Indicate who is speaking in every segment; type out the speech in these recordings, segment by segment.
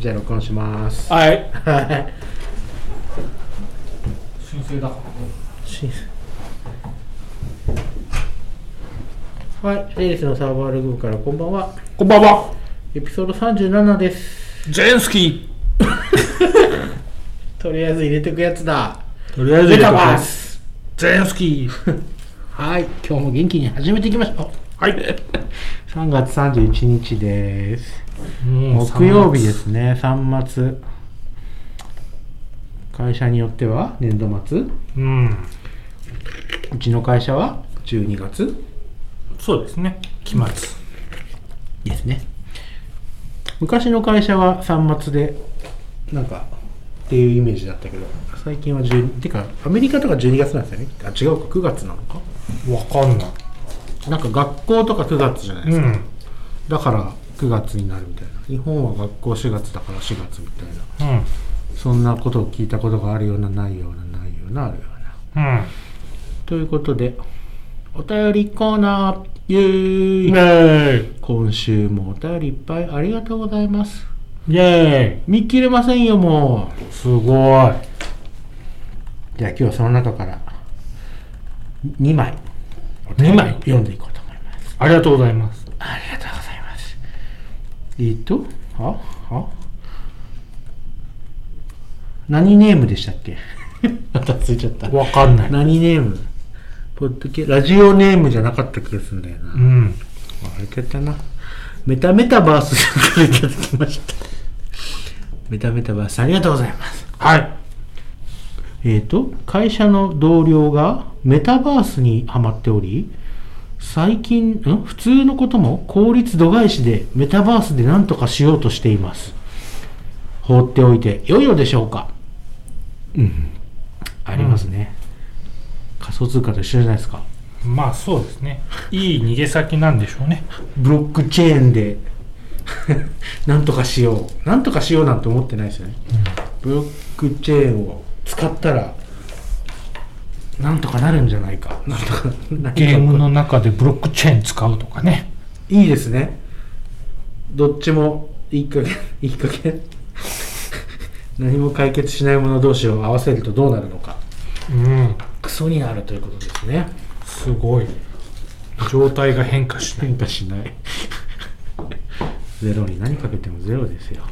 Speaker 1: じゃあ録音します。
Speaker 2: はい
Speaker 1: はい。
Speaker 2: 申請だからね
Speaker 1: はい、レイスのサーバールームからこんばんは。
Speaker 2: こんばんは
Speaker 1: エピソード37です。
Speaker 2: ジェンスキ
Speaker 1: とりあえず入れてくやつだ。
Speaker 2: ーとりあえず
Speaker 1: メタバース。
Speaker 2: ジェンスキー
Speaker 1: はい、今日も元気に始めていきましょ。
Speaker 2: はいう
Speaker 1: 3月31日です。
Speaker 2: もう
Speaker 1: 木曜日で
Speaker 2: 3
Speaker 1: すね、3末。会社によっては年度末。
Speaker 2: 月うん
Speaker 1: うちの会社は12月
Speaker 2: そうですね期末
Speaker 1: ですね。昔の会社は3末で、なんか、っていうイメージだったけど、最近は12、てか、アメリカとか12月なんですよね。あ、違うか、9月なのか。
Speaker 2: わかんない
Speaker 1: なんか学校とか9月じゃないです
Speaker 2: う
Speaker 1: か。
Speaker 2: ん
Speaker 1: だから9月になるみたいな。日本は学校4月だから4月みたいな。
Speaker 2: うん
Speaker 1: そんなことを聞いたことがあるような、ないような、ないような、あるような。
Speaker 2: うん
Speaker 1: ということで、お便りコーナーイエーイ、
Speaker 2: ェー
Speaker 1: 今週もお便りいっぱいありがとうございます。
Speaker 2: イイェー
Speaker 1: 見切れませんよ、もう。
Speaker 2: イすごい
Speaker 1: じゃあ今日はその中から2枚
Speaker 2: 2枚
Speaker 1: 読んでいこうと思います。
Speaker 2: ありがとうございます
Speaker 1: ありがとうございます。えー、っと、ああ何ネームでしたっけ またついちゃった。
Speaker 2: わかんない
Speaker 1: 何ネームポッドキャラジオネームじゃなかった気がするんだよな。
Speaker 2: うん
Speaker 1: 忘れちゃったな。メタメタバースからいただきました。メタメタバースありがとうございます。
Speaker 2: はい
Speaker 1: えー、と会社の同僚がメタバースにはまっており最近ん普通のことも効率度外視でメタバースで何とかしようとしています放っておいて良いのでしょうかうんありますね、仮想通貨と一緒じゃないですか
Speaker 2: まあそうですねいい逃げ先なんでしょうね
Speaker 1: ブロックチェーンで 何とかしよう何とかしようなんて思ってないですよねブロックチェーンを使ったらなんとかなるんじゃないかなんとかなる
Speaker 2: ゲームの中でブロックチェーン使うとかね
Speaker 1: いいですねどっちもいい加減 いい加減何も解決しないもの同士を合わせるとどうなるのか
Speaker 2: うん
Speaker 1: クソになるということですね
Speaker 2: すごい状態が変化しない
Speaker 1: 変化しない ゼロに何かけてもゼロですよ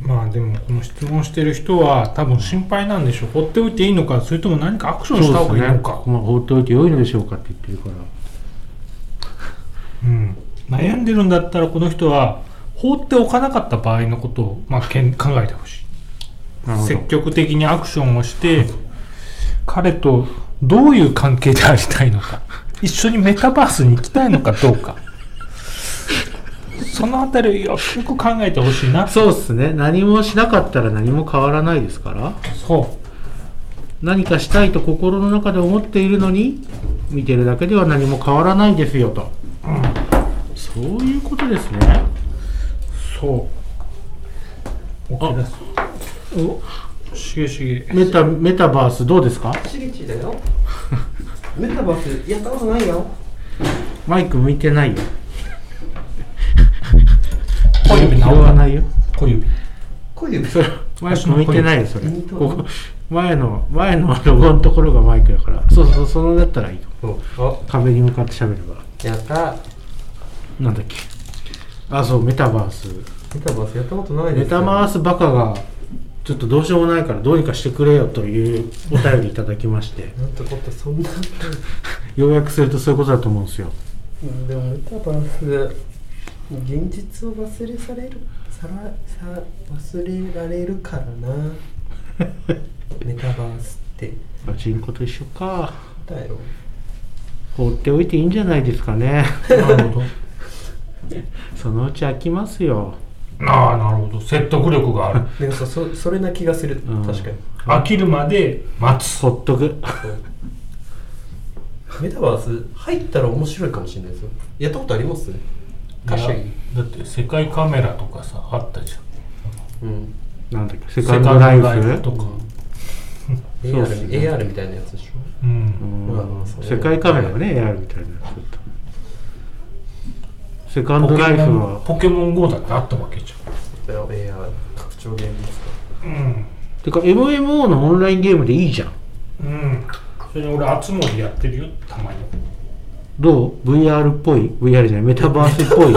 Speaker 2: まあでもこの質問してる人は多分心配なんでしょう放っておいていいのかそれとも何かアクションした方がいいのか
Speaker 1: そうですねまあ、放っておいて良いのでしょうかって言ってるから
Speaker 2: うん、悩んでるんだったらこの人は放っておかなかった場合のことを、まあ、けん考えてほしい
Speaker 1: なるほど
Speaker 2: 積極的にアクションをして彼とどういう関係でありたいのか一緒にメタバースに行きたいのかどうかそのあたりをよく考えてほしいな
Speaker 1: そうですね何もしなかったら何も変わらないですから
Speaker 2: そ
Speaker 1: 何かしたいと心の中で思っているのに見てるだけでは何も変わらないですよと、そういうことですね
Speaker 2: うそう起き出す
Speaker 1: お
Speaker 2: しげしげ
Speaker 1: メタメタバースどうですか
Speaker 3: しげちだよメタバースやったことないよ
Speaker 1: マイク向いてないよ
Speaker 2: 小指
Speaker 1: 拾
Speaker 2: 直
Speaker 1: わ
Speaker 2: らない
Speaker 1: ないよ
Speaker 2: 小指
Speaker 3: こういう
Speaker 1: それマイク向いてないよそれ
Speaker 3: 私の声
Speaker 1: ここ前の前のロゴのところがマイクだからそうそうそのだったらいいよ
Speaker 3: お
Speaker 1: 壁に向かって喋れば
Speaker 3: やった
Speaker 1: なんだっけあそうメタバース
Speaker 3: メタバースやったことない
Speaker 1: メ
Speaker 3: です
Speaker 1: タバー
Speaker 3: ス
Speaker 1: スバカがちょっとどうしようもないからどうにかしてくれよというお便りいただきまして
Speaker 3: なんてことそんな
Speaker 1: 要約するとそういうことだと思うんですよ
Speaker 3: でもメタバース現実を忘れされるさらさ忘れられるからな メタバースって
Speaker 1: パチンコと一緒か
Speaker 3: だよ
Speaker 1: 放っておいていいんじゃないですか ね
Speaker 2: なるほど
Speaker 1: そのうち飽きますよ
Speaker 2: ああなるほど説得力がある
Speaker 3: なんかそそそれな気がする、
Speaker 1: ん
Speaker 3: 確かに
Speaker 2: 飽きるまで待つ
Speaker 1: ほっとく
Speaker 3: メタバース入ったら面白いかもしれないですよやったことあります確かに
Speaker 2: だって世界カメラとかさあったじゃん
Speaker 3: うん
Speaker 1: なんだっけセカンドライフ
Speaker 2: セカンドとか、
Speaker 1: そうっす
Speaker 3: AR,
Speaker 1: ね
Speaker 3: AR みたいなやつでしょ
Speaker 2: う、
Speaker 1: うんん
Speaker 3: まあまあそう
Speaker 1: 世界カメラがね AR みたいなやつだとセカンドライフは
Speaker 2: ポケモン GO だってあったわけじ
Speaker 3: やべえや拡張ゲームですか
Speaker 2: ゃんうん
Speaker 1: てか MMO のオンラインゲームでいいじゃん
Speaker 2: うんそれに俺あつ森やってるよたまに
Speaker 1: どう ?VR っぽい ?VR じゃないメタバースっぽ い
Speaker 2: うん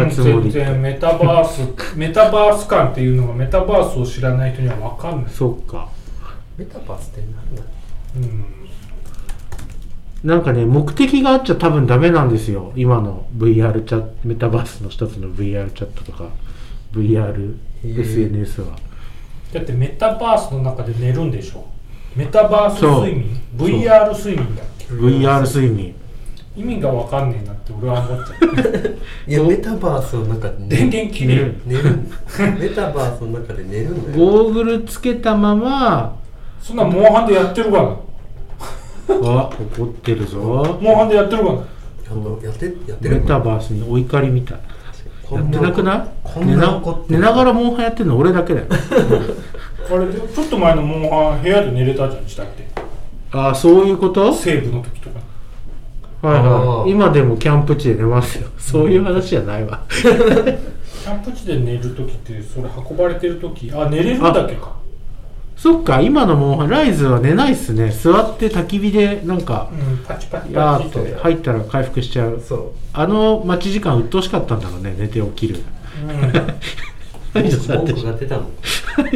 Speaker 1: 熱盛
Speaker 2: 全然メタバースメタバース感っていうのがメタバースを知らない人には分かんない、
Speaker 1: そっか
Speaker 3: メタバースってなんだ
Speaker 2: うん、
Speaker 1: なんかね目的があっちゃ多分ダメなんですよ今の VR チャットメタバースの一つの VR チャットとか VRSNS は
Speaker 2: だってメタバースの中で寝るんでしょメタバース睡眠
Speaker 1: そう
Speaker 2: VR 睡眠だっけ
Speaker 1: VR 睡眠
Speaker 2: 意味が分かんねえなって俺は思っちゃう
Speaker 3: いやメタバースの中で
Speaker 2: 電
Speaker 3: 寝る
Speaker 2: 源切れる
Speaker 3: 寝るんだメタバースの中で寝るんだよ
Speaker 1: ゴーグルつけたまま
Speaker 2: そんなモンハンでやってるかな
Speaker 1: あ怒ってるぞ
Speaker 2: モンハンでやってるかな
Speaker 3: やっとやってやって
Speaker 1: メ
Speaker 3: る
Speaker 1: タバースにお怒りみたい
Speaker 3: こ
Speaker 1: や
Speaker 3: ん
Speaker 1: ってなくない
Speaker 3: こ
Speaker 1: 寝
Speaker 3: んな
Speaker 1: な
Speaker 3: 怒って
Speaker 1: 寝ながらモンハンやってんの俺だけだよ
Speaker 2: あれちょっと前のモンハン部屋で寝れたじゃん自宅で
Speaker 1: ああそういうこと
Speaker 2: セーブの時とか
Speaker 1: はい
Speaker 3: あ
Speaker 1: は
Speaker 3: ー
Speaker 1: い、今でもキャンプ地で寝ますよそういう話じゃないわ
Speaker 2: キャンプ地で寝る時ってそれ運ばれてる時あ寝れるんだっけか
Speaker 1: そっか今のモンハンライズは寝ないっすね座って焚き火でなんか
Speaker 2: うんパチパチ
Speaker 1: や
Speaker 2: パ
Speaker 1: ー
Speaker 2: チ
Speaker 1: っ
Speaker 2: と
Speaker 1: て入ったら回復しちゃう
Speaker 3: そ
Speaker 1: あの待ち時間鬱陶しかったんだろうね寝て起きる
Speaker 2: うん
Speaker 3: う
Speaker 1: 何それ
Speaker 3: 文句が出たの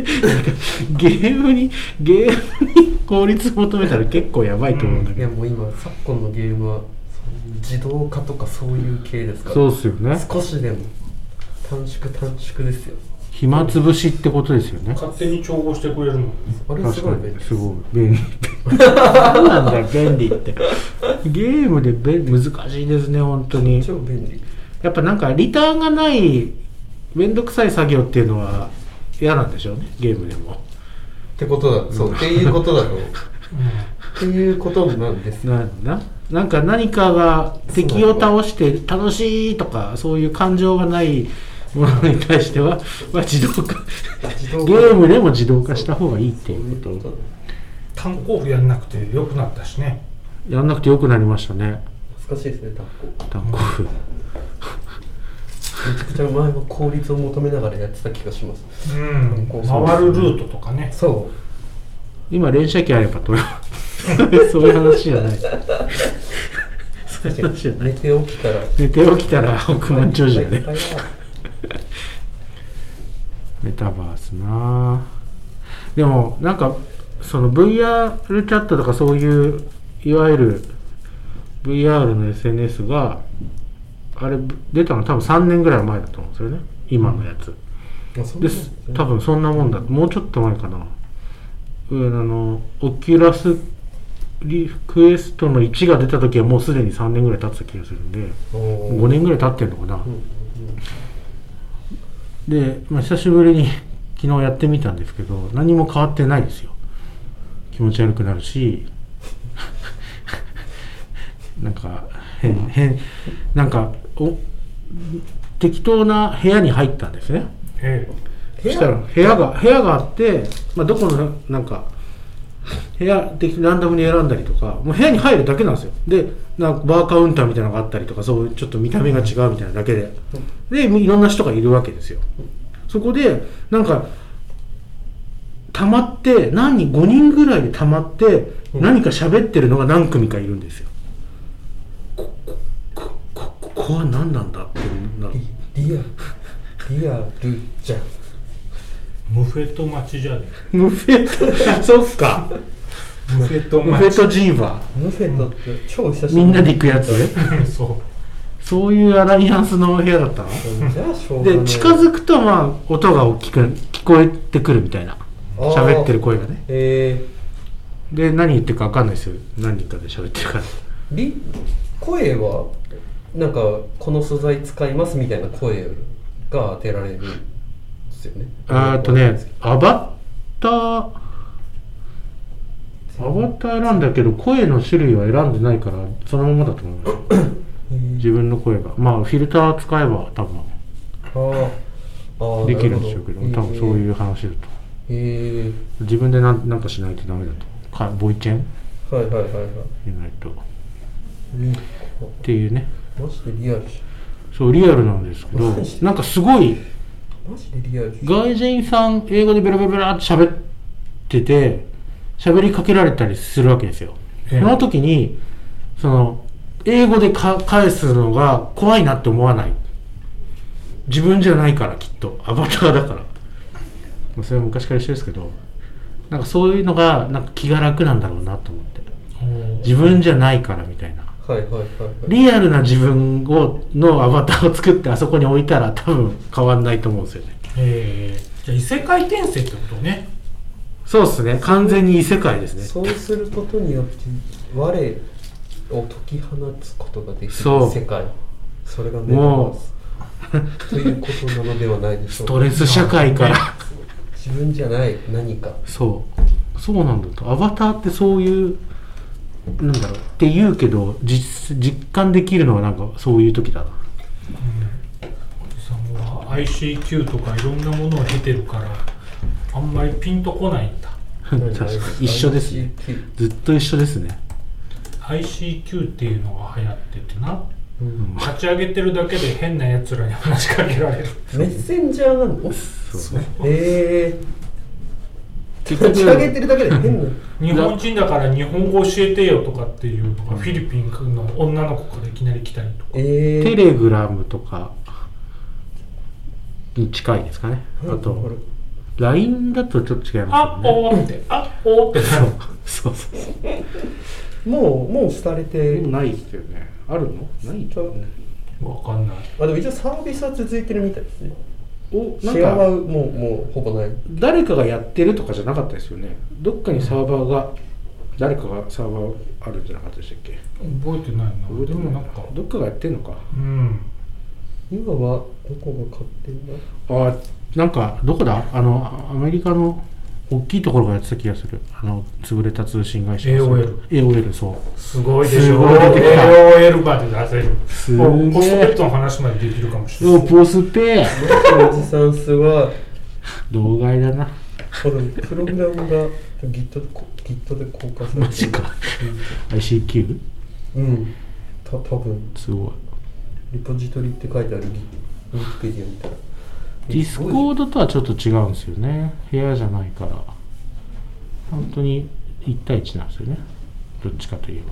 Speaker 1: ゲームにゲームに効率求めたら結構やばいと思うんだ
Speaker 3: い
Speaker 1: けど、
Speaker 3: やもう今昨今のゲームはそういう自動化とかそういう系ですから
Speaker 1: そうっすよね
Speaker 3: 少しでも短縮短縮ですよ
Speaker 1: 暇つぶしってことですよね
Speaker 2: 勝手に調合してくれるもんね
Speaker 3: あれ
Speaker 1: 確
Speaker 3: すご
Speaker 1: か
Speaker 3: い便利
Speaker 1: に
Speaker 3: です
Speaker 1: すごい便利そうなんだよ便利ってゲームで便難しいですね本当に
Speaker 3: 超便利
Speaker 1: やっぱなんかリターンがないめんどくさい作業っていうのは嫌なんでしょうねゲームでも
Speaker 3: ってこと だそうっていうことだろうっていうことなんですよ
Speaker 1: なんだなんか何かが敵を倒して楽しいとかそういう感情がないものに対しては、 まあ、自動化
Speaker 3: 自
Speaker 1: ゲ
Speaker 3: 動化
Speaker 1: ームでも自動化した方がいいっていう
Speaker 3: そういうこと
Speaker 2: 炭鉱夫やんなくて良くなったしね
Speaker 1: やんなくてよくなりましたね
Speaker 3: 懐かしいですねタッコ
Speaker 1: 炭鉱夫
Speaker 3: めちゃくちゃ前は効率を求めながらやってた気がします
Speaker 2: うん
Speaker 3: こう
Speaker 2: 回るルートとかね
Speaker 3: そ
Speaker 1: 今連射機あれば取れますそう いう話じゃないそういう話じゃ
Speaker 3: う
Speaker 1: な
Speaker 3: 寝
Speaker 1: い
Speaker 3: て起きたら
Speaker 1: 寝て起きたら億万長者
Speaker 3: い
Speaker 1: ね
Speaker 3: っぱいいっぱいだ
Speaker 1: メタバースなあでもなんかその VR チャットとかそういういわゆる VR の SNS があれ出たの多分3年ぐらい前だと思うんですよね今のやつ
Speaker 3: あそんなもん
Speaker 1: で
Speaker 3: です
Speaker 1: す
Speaker 3: ね
Speaker 1: 多分そんなもんだもうちょっと前かなうんあのオキュラスリクエストの1が出た時はもうすでに3年ぐらい経ってた気がするんで
Speaker 3: おー
Speaker 1: 5年ぐらい経ってんのかな、
Speaker 3: うんうん
Speaker 1: で、まあ、久しぶりに 昨日やってみたんですけど何も変わってないですよ気持ち悪くなるし なんか変変なんかお適当な部屋に入ったんですね
Speaker 2: え
Speaker 1: そしたら部屋が部屋があって、まあ、どこのなんか部屋でランダムに選んだりとかもう部屋に入るだけなんですよでなんかバーカウンターみたいなのがあったりとかそういうちょっと見た目が違うみたいなだけででいろんな人がいるわけですよそこでなんか溜まって何人5人ぐらいで溜まって
Speaker 3: うん
Speaker 1: 何か喋ってるのが何組かいるんですよ、ここここここは何なんだってなる
Speaker 3: リリアルリアルじゃん
Speaker 2: えムフェット待ちじゃね
Speaker 1: ムフェット そっか
Speaker 2: えムフェット
Speaker 1: ムフェ
Speaker 2: 待
Speaker 1: ットジーバ
Speaker 3: ムフェットって超久しぶ
Speaker 1: ー
Speaker 3: り
Speaker 1: みんなで行くやつ
Speaker 2: ちそう
Speaker 1: そういうアライアンスの部屋だったの
Speaker 3: じゃあしょうがな
Speaker 1: で
Speaker 3: い
Speaker 1: 近づくとまあ音が大きく聞こえてくるみたいな
Speaker 3: あー
Speaker 1: 喋ってる声がね
Speaker 3: え
Speaker 1: で何言ってるか分かんないですよ何人かで喋ってるから
Speaker 3: ー、り声はなんかこの素材使いますみたいな声が当てられるんですよね
Speaker 1: あーとねアバターアバター選んだけど声の種類は選んでないからそのままだと思うよ
Speaker 3: えー
Speaker 1: 自分の声がまあフィルター使えば多
Speaker 3: あーあ
Speaker 1: 分できるんでしょうけど多分そういうう話だと
Speaker 3: え
Speaker 1: 自分でなんなんかしないとダメだとかボイチェン
Speaker 3: ー、はいはいはいはい
Speaker 1: しないとっ
Speaker 3: うん
Speaker 1: ていうね
Speaker 3: マジでリアルじ
Speaker 1: そうリアルなんですけどなんかすごい
Speaker 3: マジでリアル
Speaker 1: 外人さん英語でベラベラベラって喋ってて喋りかけられたりするわけですよ、
Speaker 2: ええ
Speaker 1: その時にその英語でか返すのが怖いなって思わない自分じゃないからきっとアバターだからまあそれは昔から一緒ですけどなんかそういうのがなんか気が楽なんだろうなと思って自分じゃないからみたいな
Speaker 3: はいはいはいはい
Speaker 1: リアルな自分をのアバターを作ってあそこに置いたら多分変わんないと思うんですよね
Speaker 2: えー、じゃあ異世界転生ってことね
Speaker 1: そうですね完全に異世界ですね
Speaker 3: そうすることによって我を解き放つことができる
Speaker 1: そう
Speaker 3: 世界それがメタバー
Speaker 1: も
Speaker 3: スということなのではないでし
Speaker 1: ス
Speaker 3: ょう
Speaker 1: ト
Speaker 3: か
Speaker 1: レス社会から
Speaker 3: 自分じゃない何か
Speaker 1: そうそうなんだとアバターってそういうなんだろうって言うけど実実感できるのはなんかそういう時だな
Speaker 2: おじさんは ICQ とかいろんなものを経てるからあんまりピンとこないんだ
Speaker 1: 確かに一緒ですねずっと一緒ですね
Speaker 2: ICQ っていうのが流行っててな
Speaker 3: うん
Speaker 2: 立ち上げてるだけで変なやつらに話しかけられる
Speaker 3: メッセンジャーなの
Speaker 1: そうね
Speaker 3: ええ
Speaker 1: 結
Speaker 3: 立
Speaker 1: 局
Speaker 3: ち上げてるだけで変な
Speaker 2: 日本人だから日本語教えてよとかっていうのがフィリピンの女の子からいきなり来たりとか
Speaker 3: ええ
Speaker 1: テレグラムとかに近いですかねあ
Speaker 3: これ
Speaker 1: と LINE だとちょっと違い
Speaker 2: あ
Speaker 1: ま
Speaker 2: っ
Speaker 1: すよね
Speaker 2: おーってあっおーってなる
Speaker 1: そうそうそう
Speaker 3: もうもう廃れて、
Speaker 1: もうないですよねあるのない
Speaker 3: ちょ
Speaker 2: わかんない
Speaker 3: あでも一応サービスは続いてるみたいですね
Speaker 1: お
Speaker 3: シ
Speaker 1: なん
Speaker 3: ェアは
Speaker 1: か
Speaker 3: もうもうほぼない
Speaker 1: 誰かがやってるとかじゃなかったですよねどっかにサーバーが誰かがサーバーあるんじゃなかったでしたっけ
Speaker 2: 覚えてないなでもなんか
Speaker 1: どっかがやってんのか
Speaker 2: うん
Speaker 3: 今はどこが買ってんだ
Speaker 1: あなんかどこだあのアメリカの大きいところがやってた気がするあの潰れた通信会社
Speaker 2: AOL
Speaker 1: AOL そう
Speaker 2: すごいでし
Speaker 1: す
Speaker 2: ょ
Speaker 1: ごい出てきた
Speaker 2: AOL まで出せる
Speaker 1: すげ
Speaker 2: お
Speaker 1: え
Speaker 2: ポストペットの話までできるかもしれ
Speaker 1: お
Speaker 2: ない
Speaker 1: ポスペ
Speaker 3: おじさんすは
Speaker 1: 動画だな
Speaker 3: このプログラムが Git でこ Git で公開されてる
Speaker 1: マジか ICQ
Speaker 3: うんた多分
Speaker 1: すごい
Speaker 3: リポジトリって書いてある Git ウィキペディアみたいな
Speaker 1: ディスコードとはちょっと違うんですよね部屋じゃないから本当に1対1なんですよねどっちかといえば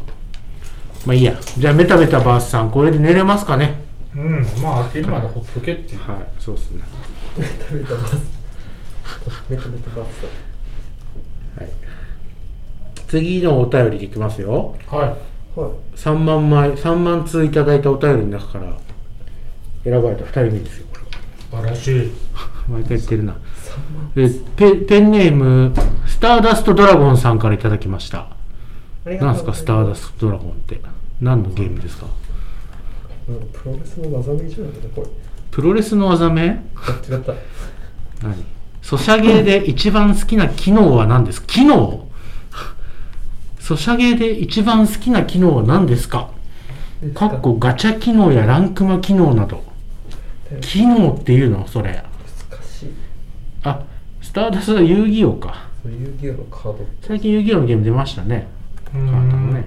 Speaker 1: まあいいやじゃあメタメタバースさんこれで寝れますかね
Speaker 2: うんまあ開けるまでほっとけっていう
Speaker 1: はいそうですね
Speaker 3: 食べたバスめためたバス
Speaker 1: はい次のお便りでいきますよ
Speaker 2: はい
Speaker 3: だはい
Speaker 1: 3万枚3万通いただいたお便りの中から選ばれた2人目ですよこれ
Speaker 2: 素晴らしい
Speaker 1: 毎回言ってるなえペペンネームスターダストドラゴンさんからいただきました
Speaker 3: ありがとう
Speaker 1: なんすかスターダストドラゴンって何のゲームですか
Speaker 3: うんプロレスの技名じゃないかなこれ
Speaker 1: プロレスの技名
Speaker 3: あ違った
Speaker 1: 何ソシャゲで一番好きな機能は何です機能ソシャゲで一番好きな機能は何ですかかっこガチャ機能やランクマ機能など機能っていうのそれ
Speaker 3: 難しい
Speaker 1: あスターダストは遊戯王か
Speaker 3: そう遊戯王のカード
Speaker 1: 最近遊戯王のゲーム出ましたね
Speaker 2: う
Speaker 1: 簡単なね
Speaker 2: ん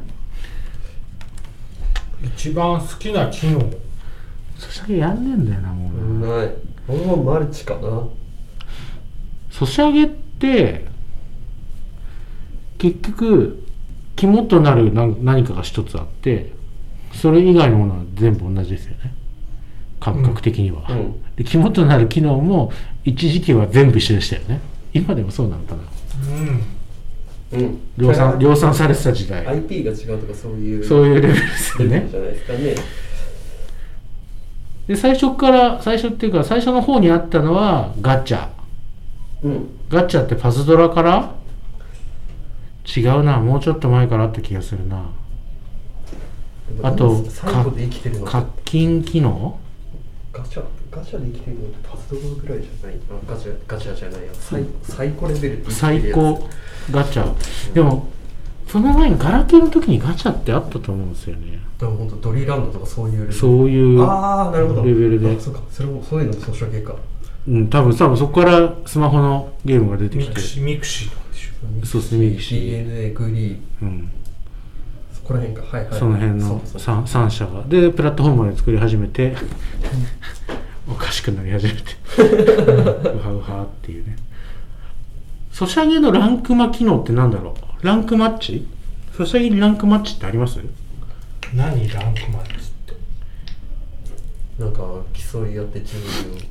Speaker 2: 一番好きな機能
Speaker 1: ソシャゲやんねえんだよなもうな
Speaker 3: ない俺はマルチかな
Speaker 1: ソシャゲって結局肝となる何何かが一つあってそれ以外のものは全部同じですよね感覚的には、
Speaker 3: うんうん
Speaker 1: で肝となる機能も一時期は全部一緒でしたよね今でもそうなのかな
Speaker 2: うん
Speaker 3: うん
Speaker 1: 量産
Speaker 3: 量
Speaker 1: 量産されてた時代
Speaker 3: IP が違うとかそういう
Speaker 1: そういうレベルですよね
Speaker 3: じゃないですかね
Speaker 1: で最初から最初っていうか最初の方にあったのはガチャ
Speaker 3: うん
Speaker 1: ガチャってパズドラから違うなもうちょっと前からあった気がするなあと
Speaker 3: 最後で生きてるの
Speaker 1: 課金機能
Speaker 3: ガチャガチャで生きてるのってパズドラぐらいじゃないあガチャガチャじゃないや最最高レベルで生きてる
Speaker 1: 最
Speaker 3: やつ
Speaker 1: 高ガチャでもその前にガラケーの時にガチャってあったと思うんですよね
Speaker 3: でも本当ドリーランドとかそういうレベル
Speaker 1: そういう
Speaker 3: ああなるほど
Speaker 1: レベルで
Speaker 3: あそうかそれもそういうのとソシャゲか
Speaker 1: うん多分多分そこからスマホのゲームが出て
Speaker 2: ミ
Speaker 1: きて
Speaker 2: クシミクシーとかでしょ
Speaker 1: そうですねミクシィ
Speaker 3: DNA グリーン
Speaker 1: うん
Speaker 3: そこの辺かはいはい
Speaker 1: その辺の
Speaker 3: そうそう
Speaker 1: 3, 三社がでプラットフォームまで作り始めて おかしくなり始め てうはうはっていうねソシャゲのランクマ機能ってなんだろうランクマッチソシャゲにランクマッチってあります
Speaker 2: 何ランクマッチって
Speaker 3: なんか競い合って順位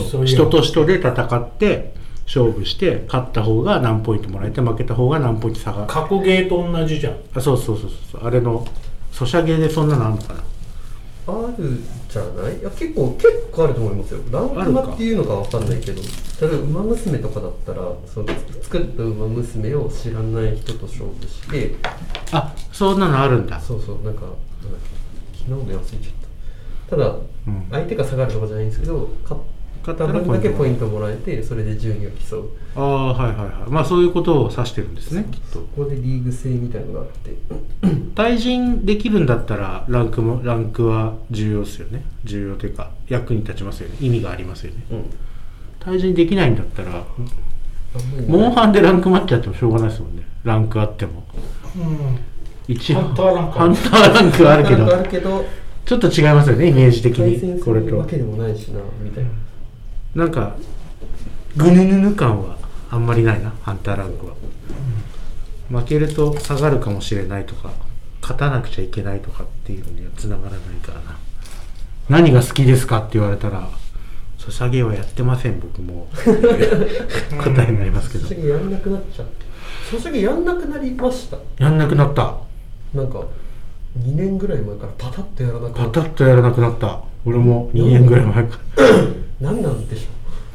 Speaker 3: を
Speaker 2: そういう
Speaker 1: 人と人で戦って勝負して勝った方が何ポイントもらえて負けた方が何ポイント差が
Speaker 2: 過去ゲーと同じじゃん
Speaker 1: あそうそうそうそうあれのソシャゲでそんなのあるのかな
Speaker 3: あるじゃないいや結構結構あると思いますよランクマっていうのかわかんないけど例えば「ウマ娘」とかだったらその作った「ウマ娘」を知らない人と勝負して
Speaker 1: あそんなのあるんだ
Speaker 3: そうそうなんかなんだっけ昨日の忘れちゃったただ、
Speaker 1: うん
Speaker 3: 相手が下がるとかじゃないんですけど
Speaker 1: 勝
Speaker 3: 勝勝
Speaker 1: った
Speaker 3: った
Speaker 1: ら
Speaker 3: 分だけ
Speaker 1: ポ
Speaker 3: ポ
Speaker 1: イ
Speaker 3: イ
Speaker 1: ン
Speaker 3: ン
Speaker 1: ト
Speaker 3: トもらえてそれで順位を競う
Speaker 1: ああはいはいはいまあそういうことを指してるんですねきっと
Speaker 3: ここでリーグ制みたいのがあって
Speaker 1: 対人できるんだったらランクもランクは重要ですよね重要というか役に立ちますよね意味がありますよね
Speaker 3: うん
Speaker 1: 対人できないんだったら
Speaker 3: あんまり
Speaker 1: モンハンでランクマッチあってもしょうがないですもんねランクあっても
Speaker 2: うん
Speaker 1: 一応
Speaker 2: ハンターランク
Speaker 1: ハンターランクはあるけど
Speaker 3: あるけど
Speaker 1: ちょっと違いますよねイメージ的
Speaker 3: 対戦
Speaker 1: に
Speaker 3: す
Speaker 1: これ
Speaker 3: るわ
Speaker 1: と
Speaker 3: けでもないしなみたいな
Speaker 1: なんかグヌヌヌ感はあんまりないなハンターランクは負けると下がるかもしれないとか勝たなくちゃいけないとかっていうのにはつながらないからな何が好きですかって言われたら「ソシャゲはやってません僕 も」答えになりますけ
Speaker 3: ソシャ
Speaker 1: ど
Speaker 3: ゲやんなくなっちゃうソシャゲやんなくなりました
Speaker 1: やんなくなった
Speaker 3: なんか2年ぐらい前からパタッとやらなくな
Speaker 1: パ
Speaker 3: っ
Speaker 1: タ
Speaker 3: た
Speaker 1: ッとやらなくなった俺も2年ぐらい前から
Speaker 3: 何なんでしょう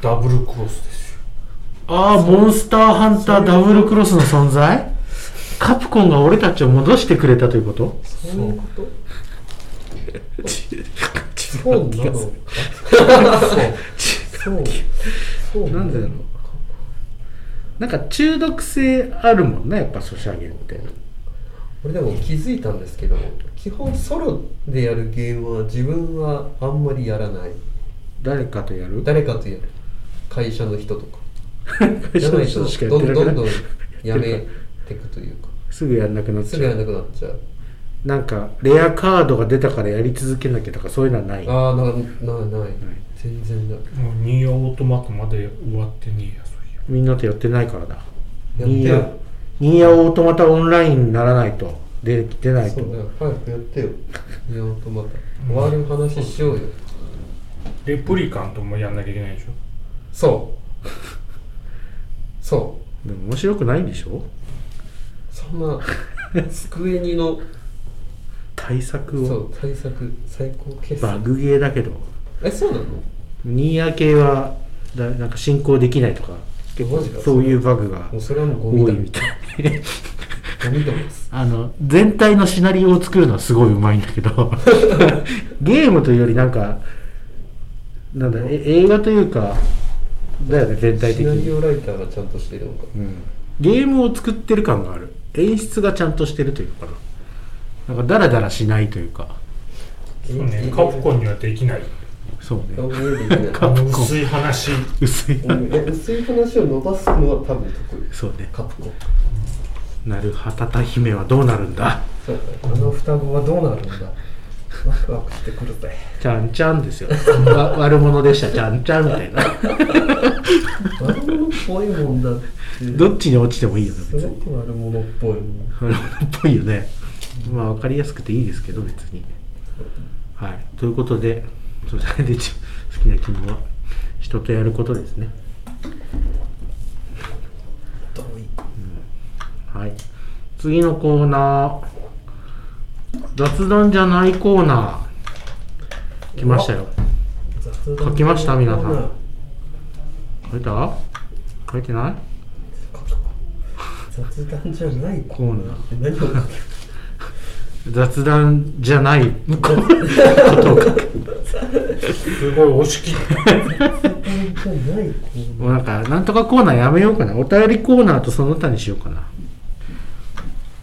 Speaker 2: ダブルクロスですよ
Speaker 1: ああモンスターハンターダブルクロスの存在カプコンが俺たちを戻してくれたということ
Speaker 3: そういうことそうなのかそうそう
Speaker 1: なんでだろうなんか中毒性あるもんねやっぱソシャゲって
Speaker 3: 俺でも気づいたんですけど基本ソロでやるゲームは自分はあんまりやらない
Speaker 1: 誰かとやる
Speaker 3: 誰かとやる会社の人とか
Speaker 1: 会社の人しかやってなく
Speaker 3: どんどんどん
Speaker 1: ない
Speaker 3: やめてくというか
Speaker 1: すぐやんなくなっ
Speaker 3: す
Speaker 1: ち
Speaker 3: ぐ
Speaker 1: ゃ
Speaker 3: やら
Speaker 1: う
Speaker 3: なくなっちゃう
Speaker 1: なんかレアカードが出たからやり続けなきゃとかそういうのはない
Speaker 3: ああななない全然ない
Speaker 2: もうニーヤオートマトまで終わってねえやそういや
Speaker 1: みんなとやってないからだ
Speaker 3: や
Speaker 1: ニー
Speaker 3: っ
Speaker 1: ヤニーヤオートマタオンラインにならないと出出な
Speaker 3: て
Speaker 1: い
Speaker 3: よ
Speaker 1: と
Speaker 3: そうだよ早くやってよニーヤオートマタ終わる話しようよ
Speaker 2: レプリカントもやんなきゃいけないでしょ
Speaker 3: そうそう
Speaker 1: でも面白くないんでしょ
Speaker 3: そんな机に の
Speaker 1: 対策
Speaker 3: そ
Speaker 1: を
Speaker 3: う対策最高傑
Speaker 1: バ
Speaker 3: 作
Speaker 1: グゲーだけど
Speaker 3: えそうなの
Speaker 1: ニーヤ系はだなんか進行できないとか
Speaker 3: 結構マジか
Speaker 1: そういうバグが
Speaker 3: もうそれはもう
Speaker 1: 多
Speaker 3: ゴミ
Speaker 1: い
Speaker 3: だ
Speaker 1: みたい
Speaker 3: ゴミだもんです
Speaker 1: あの全体のシナリオを作るのはすごいうまいんだけど ゲームというよりなんかなんだえ映画というかだよね全体
Speaker 3: シ
Speaker 1: 的
Speaker 3: ナリ
Speaker 1: に、
Speaker 3: オライターがちゃんとしてるのか
Speaker 1: うんゲームを作ってる感がある演出がちゃんとしてるというかななんかダラダラしないというか
Speaker 2: そうねカプコンにはできない
Speaker 1: そう
Speaker 3: 顔
Speaker 1: ね
Speaker 3: 見えていない
Speaker 1: カプコン
Speaker 2: 薄い話
Speaker 1: 薄いな
Speaker 3: うんいや薄い話を伸ばすのは多分得意
Speaker 1: そうね
Speaker 3: カプコン
Speaker 1: なるはたた姫はどうなるんだ
Speaker 3: そうだねあの双子はどうなるんだワクワクしてくるぜ
Speaker 1: ちゃんちゃんですよわ悪者でしたちゃんちゃんみたいな
Speaker 3: 悪者っぽいもんだって
Speaker 1: どっちに落ちてもいいよね
Speaker 3: す
Speaker 1: 別に
Speaker 3: ごく悪者っぽいもん
Speaker 1: 悪者っぽいよねまあ分かりやすくていいですけど別にはいということでそれで一応好きな気分は人とやることですね
Speaker 3: 遠い
Speaker 1: はい次のコーナー雑談じゃないコーナー来ましたよ
Speaker 3: 雑談
Speaker 1: 書きました皆さん
Speaker 3: コーナー
Speaker 1: 書いた書いてない
Speaker 3: 雑談じゃないコ
Speaker 1: コーナー
Speaker 3: ーナー何を書け
Speaker 1: 雑談じゃないことを書く
Speaker 2: すごい押し切って
Speaker 3: 雑談じゃないコーナ
Speaker 1: もうなんかなんとかコーナーやめようかなお便りコーナーとその他にしようかな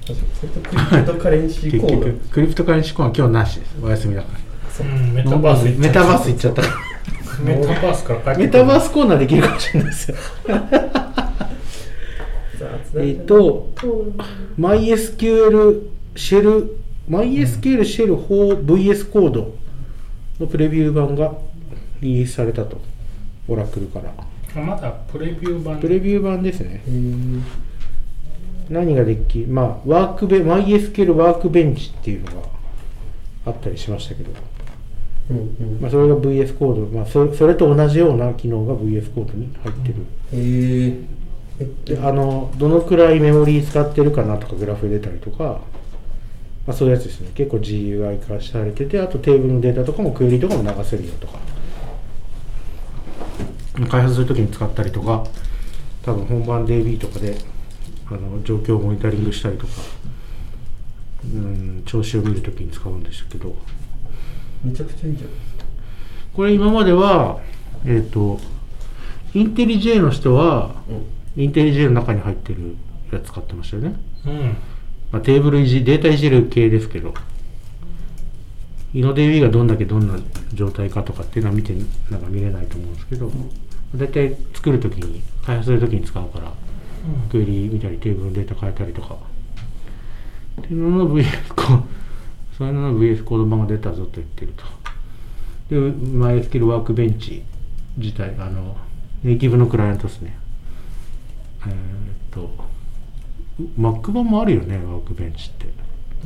Speaker 3: ーそれとクリプトカレンシー
Speaker 1: 結
Speaker 3: コーナー
Speaker 1: 局クリプトカレンシーコーナー今日なしですお休みだから
Speaker 2: うん
Speaker 1: メ
Speaker 2: メタバース行っち
Speaker 1: メタ
Speaker 2: ゃった
Speaker 1: バース行っちゃったから
Speaker 2: メタバースから帰
Speaker 1: メ
Speaker 2: ってくる
Speaker 1: タバースコーナーできるかもしれないですよ
Speaker 3: 雑談じゃな い
Speaker 1: えっと
Speaker 3: コーナー
Speaker 1: MySQL シシェル、MySQL シェル 4VS コードのプレビュー版がリリースされたと、オラクルから。
Speaker 2: あまだプレビュー版
Speaker 1: プレビュー版ですね。
Speaker 3: うん
Speaker 1: 何ができ、まあ、ワークベ、MySQL ワークベンチっていうのがあったりしましたけど、
Speaker 3: うん
Speaker 1: まあ、それが VS コード、まあそ、それと同じような機能が VS コードに入ってる。
Speaker 3: へーえ
Speaker 1: であのどのくらいメモリー使ってるかなとかグラフ出たりとか、まあ、そういうやつですね結構 GUI 化されててあとテーブルのデータとかもクエリとかも流せるよとか開発するときに使ったりとか多分本番 DB とかであの状況をモニタリングしたりとかうん調子を見るときに使うんですけど
Speaker 3: めちゃくちゃいいじゃん
Speaker 1: これ今まではえっ、とインテリ J の人はインテリ J の中に入ってるやつ買ってましたよね
Speaker 2: うん
Speaker 1: まあ、テーブルいじデータいじる系ですけど、イノデ DB がどんだけどんな状態かとかっていうのは見て、なんか見れないと思うんですけど、だいたい作るときに、開発するときに使うから、クエリ見たり、テーブルのデータ変えたりとか。っていうのの VS コード、そういうのの VS コード版が出たぞと言ってると。で、MySQL ワークベンチ自体、あの、ネイティブのクライアントですね。えーっと、Mac 版もあるよね、ワークベンチって。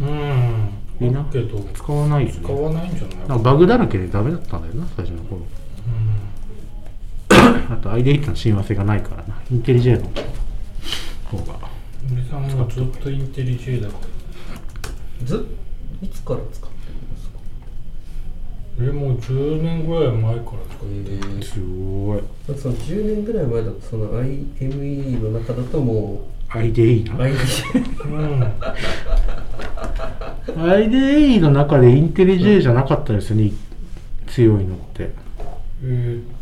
Speaker 2: うん
Speaker 1: みん
Speaker 2: だ
Speaker 1: な
Speaker 2: けど
Speaker 1: 使わないよね。
Speaker 2: 使わないんじゃない
Speaker 1: なんかバグだらけでダメだったんだよな、最初の頃。 あと、IDE の親和性がないからな。インテリジェの方が。
Speaker 2: 森さんはずっとインテリ J だから
Speaker 3: ずいつから使ってるんですか
Speaker 2: えもう10年ぐらい前から使ってる
Speaker 3: え
Speaker 1: すごい。
Speaker 3: その10年ぐらい前だとその IME の中だとも
Speaker 1: IDE
Speaker 3: う
Speaker 1: な。
Speaker 3: IDE
Speaker 2: うんあ
Speaker 1: IDE の中でインテリジェじゃなかったですよね、強いのって。
Speaker 2: えーっと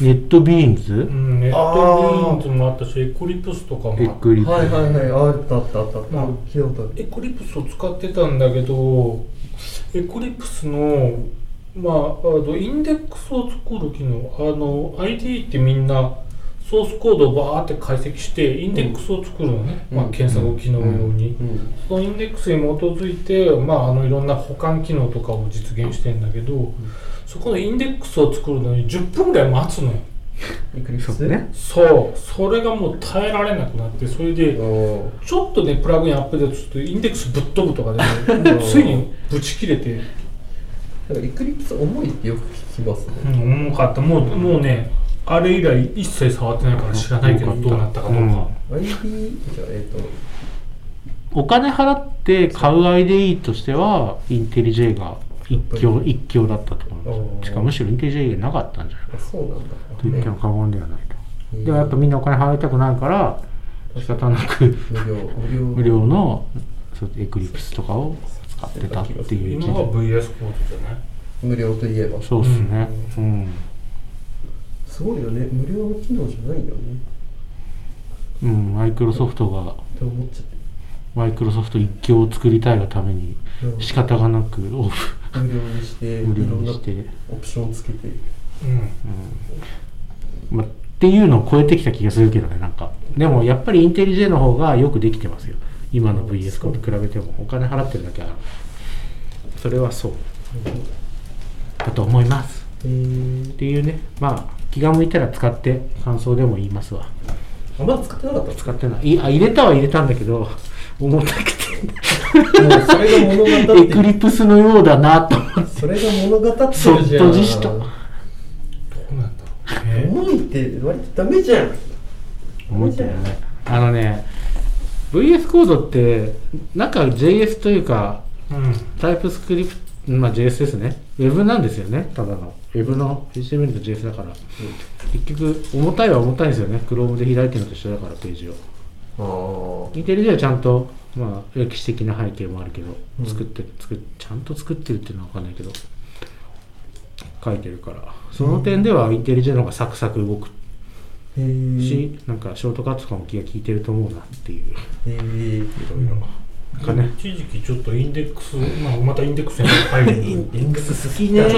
Speaker 1: ネットビーンズ
Speaker 2: うんネッ
Speaker 3: あー
Speaker 2: トビーンズもあったしエクリプスとかも
Speaker 1: エ
Speaker 2: あっ
Speaker 1: クリプ
Speaker 3: はいはいはいああったあったあったあった
Speaker 2: まあ
Speaker 3: 聞いたことある
Speaker 2: エクリプスを使ってたんだけどエクリプスのまああのインデックスを作る機能あの ID ってみんなソースコードをバーって解析してインデックスを作るのね、
Speaker 3: うん
Speaker 2: まあ、検索機能用に、
Speaker 3: うん
Speaker 2: そのインデックスに基づいて、まあ、あのいろんな保管機能とかを実現してんだけど、そこのインデックスを作るのに10分ぐらい待つのよ
Speaker 3: エクリプ
Speaker 1: そ
Speaker 3: ス
Speaker 1: うね。
Speaker 2: そうそれがもう耐えられなくなってそれ
Speaker 3: あ
Speaker 2: で
Speaker 3: ー
Speaker 2: ちょっとねプラグインアップデートするとインデックスぶっ飛ぶとか で、ね、ついにぶち切れて、
Speaker 3: なんかエクリプス重いってよく聞きますね
Speaker 2: うん、重かったもうもうねあれ以来一切触ってないから知らないけどどうなったかどうか、
Speaker 1: うん
Speaker 3: IDE じゃあえっと
Speaker 1: お金払って買う IDE としては、インテリジェが一強、一強だったと思います。しかもむしろインテリジェがなかったんじゃない
Speaker 3: あそうなんだ
Speaker 1: と言っても
Speaker 3: ね
Speaker 1: 過言ではないと。
Speaker 3: うん
Speaker 1: でもやっぱみんなお金払いたくないから、仕方なく
Speaker 3: 無料無料
Speaker 1: 無料のそうエクリプスとかを使ってたっていう
Speaker 2: 今
Speaker 1: 時代
Speaker 2: は VS コードじゃない
Speaker 3: 無料といえば
Speaker 1: そうですね。うん。
Speaker 3: すごいよね無料の機能じゃないよね
Speaker 1: うん、マイクロソフトが、
Speaker 3: って思っちゃって
Speaker 1: マイクロソフト一強を作りたいがために、仕方がなくオフ、
Speaker 3: 無料にして
Speaker 1: 無料
Speaker 3: いろ
Speaker 1: に
Speaker 3: んな
Speaker 1: して、
Speaker 3: オプションつけて
Speaker 2: うん
Speaker 1: まあ、っていうのを超えてきた気がするけどね、なんか。でもやっぱりインテリジェの方がよくできてますよ。今の VS コードと比べても、お金払ってるだけある。それはそう。だと思います。
Speaker 3: えー
Speaker 1: っていうねまあ気が向いたら使って感想でも言いますわ
Speaker 3: あまだ使ってなかった
Speaker 1: 使ってないいあ入れたは入れたんだけど重たく
Speaker 3: もうそれが物語って
Speaker 1: てエクリプスのようだなと思って
Speaker 3: それが物語ってるじゃ
Speaker 1: そ
Speaker 3: ん
Speaker 1: っとじした
Speaker 2: どうなんだろうね
Speaker 3: 重いって割とダメじゃん
Speaker 1: 思ってるよねあのね VS コードって中 JS というか
Speaker 2: うん
Speaker 1: タイプスクリプト、まあ、JS ですね Web なんですよねただの Web の HTML と JS だから、結局重たいは重たいんですよね Chrome で開いてるのと一緒だからページを
Speaker 3: あー
Speaker 1: インテリジェはちゃんと、まあ、歴史的な背景もあるけど、
Speaker 3: うん
Speaker 1: 作ってる作っちゃんと作ってるっていうのは分かんないけど書いてるからその点ではインテリジェの方がサクサク動く
Speaker 3: へー
Speaker 1: し、なんかショートカットとかも気が利いてると思うなっていう
Speaker 3: へー
Speaker 1: なんかね
Speaker 2: 一時期ちょっとインデックス、まあ、またインデックスに入る インデックス好
Speaker 1: きね
Speaker 2: ちょっ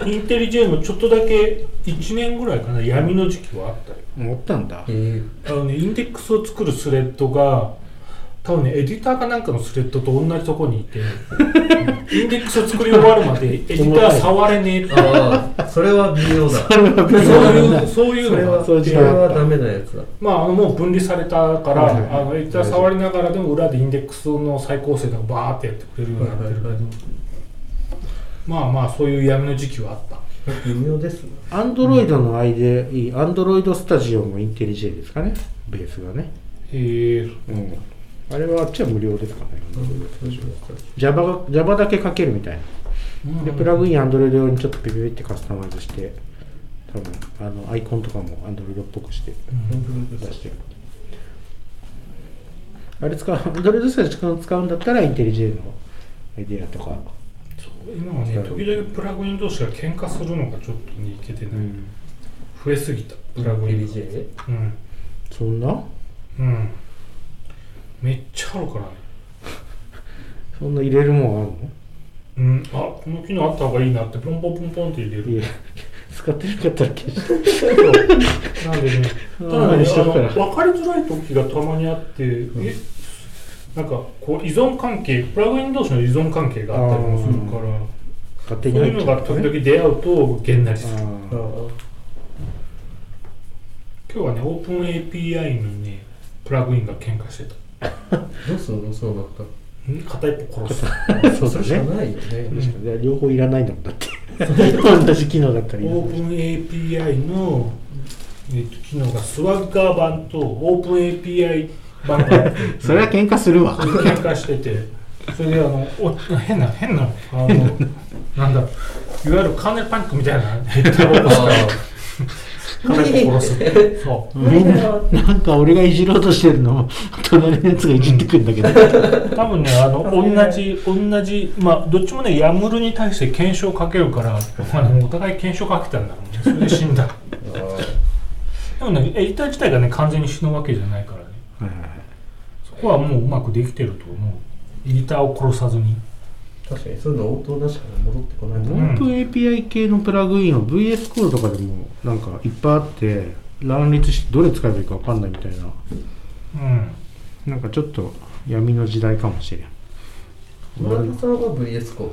Speaker 2: とねインテリジェンのちょっとだけ1年ぐらいかな闇の時期はあったよ
Speaker 1: 思ったんだ
Speaker 3: へー
Speaker 2: あのねインデックスを作るスレッドが多分ね、エディターかなんかのスレッドと同じとこにいて、インデックスを作り終わるまで、エディター触れねえって
Speaker 3: ああ、それは微妙だ。
Speaker 2: そういう、そうい
Speaker 3: それ
Speaker 2: うのが
Speaker 3: は、
Speaker 2: あ
Speaker 3: そ
Speaker 2: って
Speaker 3: れはダメなやつだ。
Speaker 2: まあ、あのもう分離されたから、
Speaker 1: はいはいはい
Speaker 2: あのエディター触りながらでも裏でインデックスの再構成とかバーってやってくれるようになってるけど、
Speaker 3: はいはいは
Speaker 2: まあまあ、そういう闇の時期はあった。
Speaker 3: 微妙ですね。
Speaker 1: アンドロイドの IDE、アンドロイドスタジオもインテリジェですかね、ベースがね。
Speaker 2: えー、
Speaker 1: うん。あれはあっちは無料ですからね。Java, が Java だけ書けるみたいな。で、プラグイン Android 用にちょっとピピピってカスタマイズして、多分あのアイコンとかも Android っぽくして出してる。あれ使う、Android スタジオ使うんだったらインテリジェのアイデアとか。
Speaker 2: そう今はね、時々プラグイン同士が喧嘩するのがちょっとね、いけてな
Speaker 1: う
Speaker 2: い。
Speaker 1: ん。
Speaker 2: 増えすぎた、プラグインが。
Speaker 3: LJ?
Speaker 2: うん。
Speaker 1: そんな
Speaker 2: うん。めっちゃあるからね。
Speaker 1: そんな入れるもんあるの
Speaker 2: うん、あこの機能あった方がいいなってポンポンポンポンって入れ
Speaker 1: い
Speaker 2: る
Speaker 1: や、使ってなかったら消して。
Speaker 2: なんでねただね
Speaker 1: 何して
Speaker 2: あ
Speaker 1: る
Speaker 2: の
Speaker 1: から
Speaker 2: 分かりづらい時がたまにあって、えなんかこう依存関係プラグイン同士の依存関係があったりもするから
Speaker 1: 勝手
Speaker 2: そう
Speaker 1: に入
Speaker 2: い
Speaker 1: っ
Speaker 2: う
Speaker 1: ち
Speaker 2: の
Speaker 1: ゃ
Speaker 2: が
Speaker 1: う
Speaker 2: 時々出会うとげんなりする
Speaker 3: あ
Speaker 1: あ
Speaker 2: 今日はねオープン API のねプラグインが喧嘩してた
Speaker 3: あどうすんのそうなった
Speaker 2: ん片一歩殺す
Speaker 1: ーそう
Speaker 3: そ
Speaker 1: だ
Speaker 3: れしか
Speaker 1: ね。
Speaker 3: ないよね。
Speaker 1: で両方いらないんだもんだって。同じ機能だったらいい
Speaker 2: オープン API の、えっと機能がスワッガー版とオープン API 版があって
Speaker 1: それは喧嘩するわ。
Speaker 2: 喧嘩しててそれであのお変な変なあのなんだろういわゆるカーネルパニックみたいなヘッダーを起こすから彼を殺すそう
Speaker 1: みんな、なんか俺がいじろうとしてるのを、隣のやつがいじってくんだけど。
Speaker 2: 多分ねあの同じ同じまあどっちもねヤムルに対して検証かけるからあのお互い検証かけたんだろうねそれで死んだでもねエディター自体がね完全に死ぬわけじゃないからねそこはもううまくできてると思うエディターを殺さずに
Speaker 3: 確かに、そういうの応答なしから戻ってこないと
Speaker 1: オ
Speaker 3: 思う。
Speaker 1: ープン API 系のプラグインは VS コードとかでもなんかいっぱいあって乱立してどれ使えばいいかわかんないみたいな
Speaker 2: うん
Speaker 1: なんかちょっと闇の時代かもしれん
Speaker 3: 村田さんは VS コ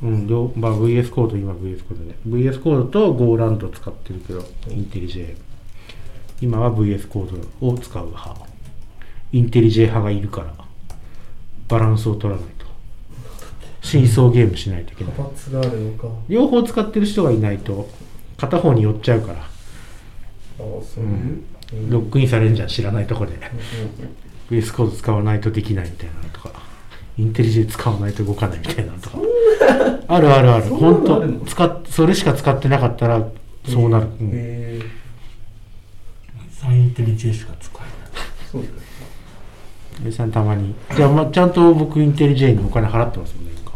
Speaker 3: ー
Speaker 1: うん、両まあ、VS コード、今 VS コードね。VS コードと Go ランド使ってるけど、インテリジェ。今は VS コードを使う派。インテリジェ派がいるから、バランスを取らないと。真相ゲームしないといけない。
Speaker 3: 派閥があるのか。
Speaker 1: 両方使ってる人がいないと、片方に寄っちゃうから、
Speaker 3: ああ、そういう。うん
Speaker 1: ロックインされんじゃん、知らないとこで。VS コード使わないとできないみたいなのとか、インテリジェ使わないと動かないみたいなのとか。あるあるある。
Speaker 3: そんなの
Speaker 1: 本
Speaker 3: あるの
Speaker 1: 当使っそれしか使ってなかったら、そうなる。うん
Speaker 3: へえ
Speaker 2: サインインテリジェしか使え
Speaker 3: そうだ。
Speaker 1: おじさんたまに。じゃあ、まあ、ちゃんと僕、インテリジェにお金払ってますもんね、年間。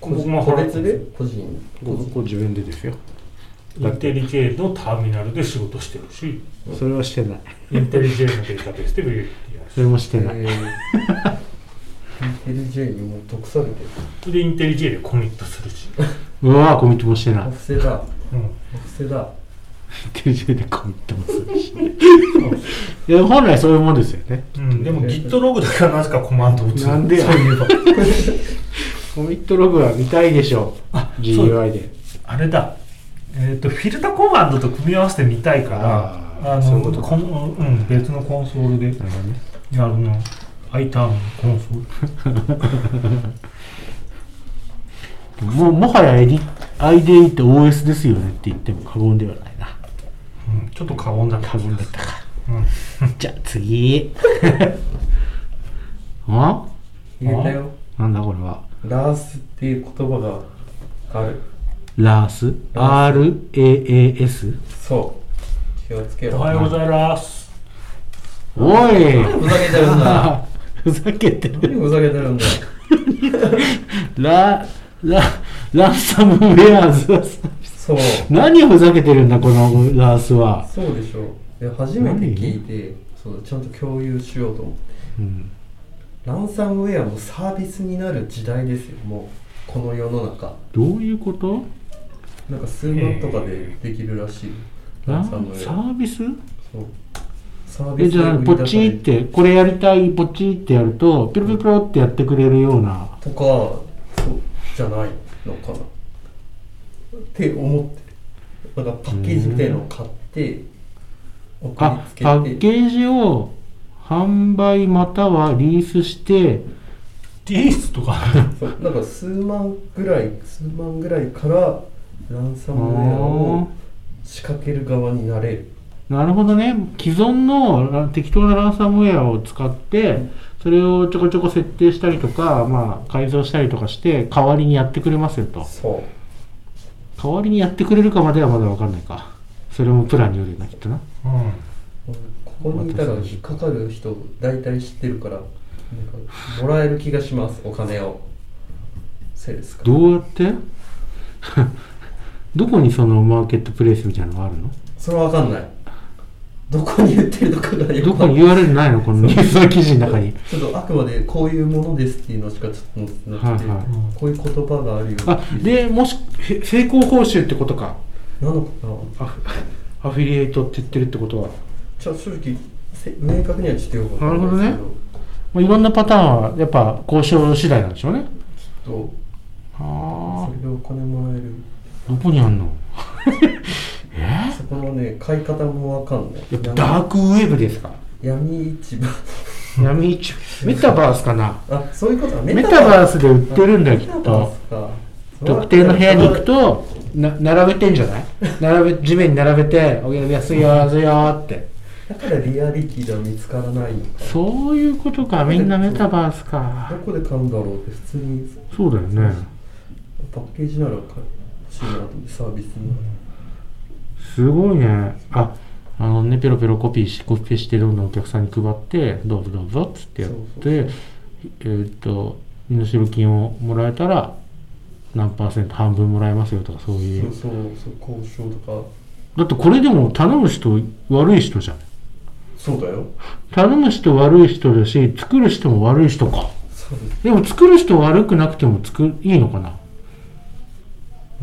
Speaker 3: 個
Speaker 2: 僕も
Speaker 3: 人
Speaker 2: 払
Speaker 3: 個
Speaker 2: ってます
Speaker 3: 別で個人。個人
Speaker 1: 自分でですよ。
Speaker 2: ないインテリジェのターミナルで仕事してるし
Speaker 1: それはしてない。
Speaker 2: インテリジェのデータベースで売れるってや
Speaker 1: それもしてない。
Speaker 3: ええ LJ にもう得されてる。
Speaker 2: つでインテリジェでコミットするし、
Speaker 1: うわぁ、コミットもしてない。イ
Speaker 3: お
Speaker 1: ン
Speaker 3: 布施だ。
Speaker 2: うん、
Speaker 3: お布施だ。
Speaker 1: テリジェでコミットもするし。 いや、本来そういうもんですよね。
Speaker 2: うん、でも GitLog だからなぜかコマンド打つ
Speaker 1: なんでや
Speaker 2: そういえば
Speaker 1: コミットログは見たいでしょ。
Speaker 2: そう
Speaker 1: GUI で。
Speaker 2: あれだえっ、とフィルタコマンドと組み合わせてみたいから
Speaker 1: あー
Speaker 2: あ
Speaker 1: そうい
Speaker 2: の
Speaker 1: うことか
Speaker 2: こんうん、別のコンソールで
Speaker 1: なるほどね。
Speaker 2: あの iTerm のコンソール
Speaker 1: もうもはやエディ IDE って OS ですよねって言っても過言ではない な。
Speaker 2: うん、ちょっと過言だった
Speaker 1: 過言だったか。
Speaker 2: うん
Speaker 1: じゃあ次。 あ
Speaker 3: 言えたよ。
Speaker 1: なんだこれは。
Speaker 3: ラースっていう言葉がある。
Speaker 1: ラース ?R-A-A-S?
Speaker 3: そう。気をつけ
Speaker 2: お
Speaker 3: ろ。
Speaker 2: はようございます
Speaker 1: おい
Speaker 3: ふざけてる んだ。
Speaker 1: ふざけてる。
Speaker 3: 何ふざけてるんだ。
Speaker 1: ラ、ラ、ランサムウェアーズはさ
Speaker 3: そう。
Speaker 1: 何をふざけてるんだ、このラースは。
Speaker 3: そうでしょう。で初めて聞いて、そうちゃんと共有しようと思って。
Speaker 1: うん。
Speaker 3: ランサムウェアもサービスになる時代ですよ。もうこの世の中。
Speaker 1: どういうこと
Speaker 3: なんか数万とかでできるらしい。
Speaker 1: ラ
Speaker 3: ランサム
Speaker 1: ン
Speaker 3: ウ
Speaker 1: サ
Speaker 3: ェア。
Speaker 1: ービス
Speaker 3: そう。サー
Speaker 1: え
Speaker 3: ビス
Speaker 1: じゃあポチってこれやりたいポチってやるとピロピロピロってやってくれるような
Speaker 3: とかそうじゃないのかなって思ってるなんかパッケージみたいなのを買って送り
Speaker 1: あ
Speaker 3: つけて
Speaker 1: パッケージを販売またはリースして
Speaker 2: リースとか
Speaker 3: そうなんか数万ぐらい数万ぐらいからランサムウェア
Speaker 1: あー
Speaker 3: を仕掛ける側になれる
Speaker 1: なるほどね既存のあ適当なランサムウェアを使ってそれをちょこちょこ設定したりとか、まあ、改造したりとかして代わりにやってくれますよと
Speaker 3: そう
Speaker 1: 代わりにやってくれるかまではまだわかんないかそれもプランによるよなきっとな
Speaker 2: うん
Speaker 3: ここにいたら引っかかる人大体知ってるからなんかもらえる気がしますお金をセールスから
Speaker 1: どうやって どこにそのマーケットプレイスみたいなのがあるの
Speaker 3: それは分かんないどこに言ってるのかがよく
Speaker 1: ど
Speaker 3: わ
Speaker 1: こ
Speaker 3: かん
Speaker 1: に
Speaker 3: ない
Speaker 1: URL ないのこのニュースの記事の 中に
Speaker 3: ちょっとあくまでこういうものですっていうのしかちょっと載ってなくて、
Speaker 1: はいはい
Speaker 3: こういう言葉があるよ
Speaker 1: あでもしへ成功報酬ってことか
Speaker 3: なのかな
Speaker 1: アフアフィリエイトって言ってるってことは、
Speaker 3: ちょ正直せ明確にはちょっとよくわかんないですけど
Speaker 1: まあ、いろんなパターンはやっぱ交渉次第なんでしょうね
Speaker 3: ちょっと
Speaker 1: あ
Speaker 3: それでお金もらえる
Speaker 1: あどこにあんの
Speaker 3: そこのね買い方もわかんない
Speaker 1: やっぱダークウェブですか
Speaker 3: 闇市場
Speaker 1: 闇市メタバースかな
Speaker 3: あそういうことは
Speaker 1: メタバースで売っ
Speaker 3: って
Speaker 1: るんだよきっと特定の部屋に行くとな並べてんじゃない並べ地面に並べて「お安いよ安いよ」って
Speaker 3: だからリアリティでは見つからないのか
Speaker 1: そういうことかみんなメタバースか
Speaker 3: どこで買うんだろうって普通に
Speaker 1: そうだよね
Speaker 3: パッケージなら買欲しいなと思ってサービスに
Speaker 1: すごいねああのねペロペロコピーしコピペしてどんどんお客さんに配ってどうぞどうぞっつってやって
Speaker 3: そう
Speaker 1: えーっと身代金をもらえたら何パーセント半分もらえますよとかそうい
Speaker 3: そううそうそう交渉とか
Speaker 1: だってこれでも頼む人悪い人じゃん
Speaker 3: そうだよ
Speaker 1: 頼む人悪い人だし作る人も悪い人か
Speaker 3: そうです
Speaker 1: でも作る人悪くなくても作るいいのかな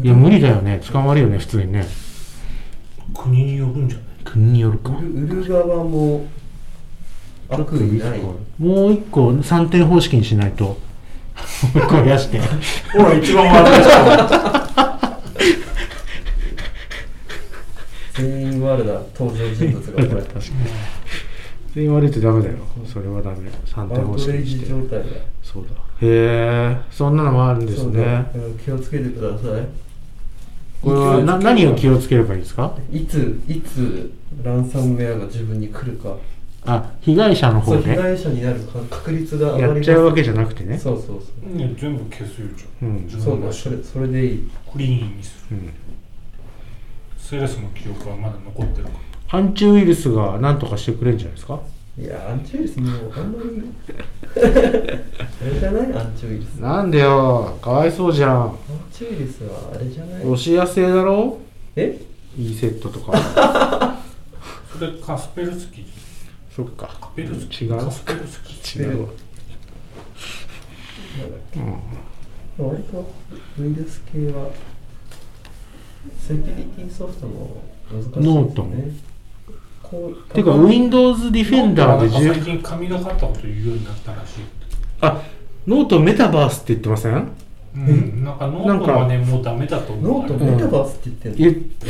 Speaker 1: いや無理だよね捕まるよね普通にね
Speaker 2: 国によるんじゃない
Speaker 1: 国によるか
Speaker 3: 売る売る側も悪意ない
Speaker 1: もう一個3点方式にしないともう一個増やして
Speaker 2: ほら一番悪い
Speaker 3: 全員ワールダー登場人物がこれ
Speaker 1: 全員悪いとダメだよそれはダメ3
Speaker 3: ア
Speaker 1: 点
Speaker 3: ウ
Speaker 1: 方
Speaker 3: ト
Speaker 1: 式
Speaker 3: レイ
Speaker 1: にし
Speaker 3: ジ
Speaker 1: て
Speaker 3: 状態だ
Speaker 1: そうだへえそんなのもあるんです
Speaker 3: そうだ
Speaker 1: ね
Speaker 3: ようん気をつけてください
Speaker 1: これはな
Speaker 3: 勢いつけ
Speaker 1: 何
Speaker 3: る
Speaker 1: を気をつければいいですか
Speaker 3: いついつランサムウェアが自分に来るか
Speaker 1: あ被害者の
Speaker 3: そ
Speaker 1: 方
Speaker 3: う被
Speaker 1: で
Speaker 3: 害者になるか確率が上がり
Speaker 1: や
Speaker 3: ま
Speaker 1: っ
Speaker 3: す
Speaker 1: ちゃうわけじゃなくてね
Speaker 3: そうそう
Speaker 2: ね全部消すよじゃん、
Speaker 1: うん
Speaker 2: 自
Speaker 3: そうそう
Speaker 2: 分
Speaker 3: だ
Speaker 2: の
Speaker 3: よ
Speaker 2: 足
Speaker 3: それそれでいい
Speaker 2: クリーンにする
Speaker 1: うん
Speaker 2: セールスの記憶はまだ残ってるか
Speaker 1: アンチウイルスが何とかしてくれるんじゃないですか
Speaker 3: いやアンチウイルスもうあんま りあれじゃないアンチウイルスアン
Speaker 1: なんでよかわいそうじゃん
Speaker 3: チウイルスはあれじゃない
Speaker 1: ロシア製だろ
Speaker 3: え
Speaker 1: E セットとか
Speaker 2: それカスペルスキー
Speaker 1: そっか
Speaker 2: ペルスキ
Speaker 1: 違う
Speaker 2: カスペルスキー
Speaker 1: 違うわ
Speaker 3: なんだっけ
Speaker 1: うん
Speaker 3: 割とウイルス系はセキュリティソフトも難しいですね
Speaker 1: ノートも
Speaker 3: こう
Speaker 1: てか Windows ディフェンダーで
Speaker 2: なんか最
Speaker 1: 10
Speaker 2: 近神がかったこと言うようになったらしい
Speaker 1: あノートメタバースって言ってません
Speaker 2: うん、なんかノートはねもうダメだと思う
Speaker 3: ノート
Speaker 1: ね
Speaker 3: メタバースって言ってんの
Speaker 1: え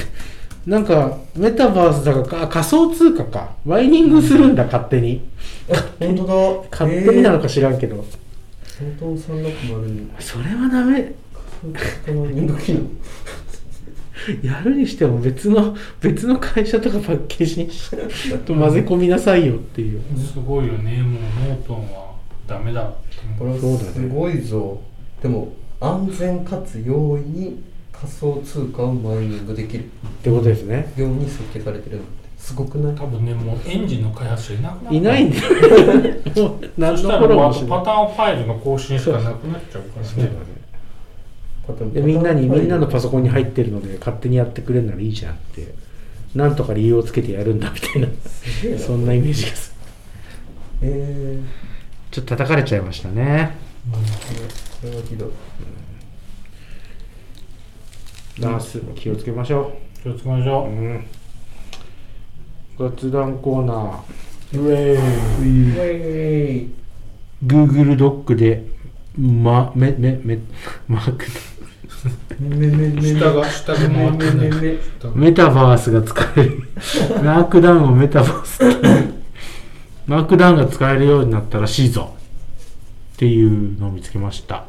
Speaker 1: なんかメタバースだからあ仮想通貨かワイニングするんだ勝手に
Speaker 3: え本当だ
Speaker 1: 勝手になの
Speaker 3: え
Speaker 1: か知らんけど、
Speaker 3: ー相当三六丸に
Speaker 1: それはダメ
Speaker 3: このインド機能
Speaker 1: やるにしても別の別の会社とかパッケージにしと混ぜ込みなさいよっていう
Speaker 2: すごいよねもうノートはダメだ
Speaker 3: これは
Speaker 1: そうだね
Speaker 3: すごいぞ、でも安全かつ容易に仮想通貨をマイニングできる
Speaker 1: ってことですね
Speaker 3: ように設計されてるのってすごくない
Speaker 2: 多分ねもうエンジンの開発者いなくなる
Speaker 1: いないんだよ もう
Speaker 2: そ
Speaker 1: 何
Speaker 2: し
Speaker 1: の
Speaker 2: た
Speaker 1: フォロ
Speaker 2: ら
Speaker 1: ー
Speaker 2: も
Speaker 1: も
Speaker 2: う
Speaker 1: し
Speaker 2: パ
Speaker 1: な
Speaker 2: ターンファイルの更新しかなくなっちゃうから
Speaker 1: い
Speaker 2: ね
Speaker 1: でみんなにみんなのパソコンに入ってるので勝手にやってくれるならいいじゃんってなんとか理由をつけてやるんだみたいな
Speaker 3: すげえな
Speaker 1: そんなイメージがする
Speaker 3: え
Speaker 1: ちょっと叩かれちゃいましたね
Speaker 3: ー、これはひどい
Speaker 1: ダンス気をつけましょ
Speaker 2: 気をつけましょ
Speaker 1: う、うん、雑談コーナー
Speaker 2: ウェー
Speaker 3: ウ
Speaker 2: イ
Speaker 3: ェイ
Speaker 1: Google ドックで、ま、め、め、め、マーク、
Speaker 2: 下が下が回ってない
Speaker 3: ね
Speaker 2: 下が
Speaker 1: メタバースが使える。マークダウンをメタバースってマークダウンが使えるようになったらしいぞ。っていうのを見つけました。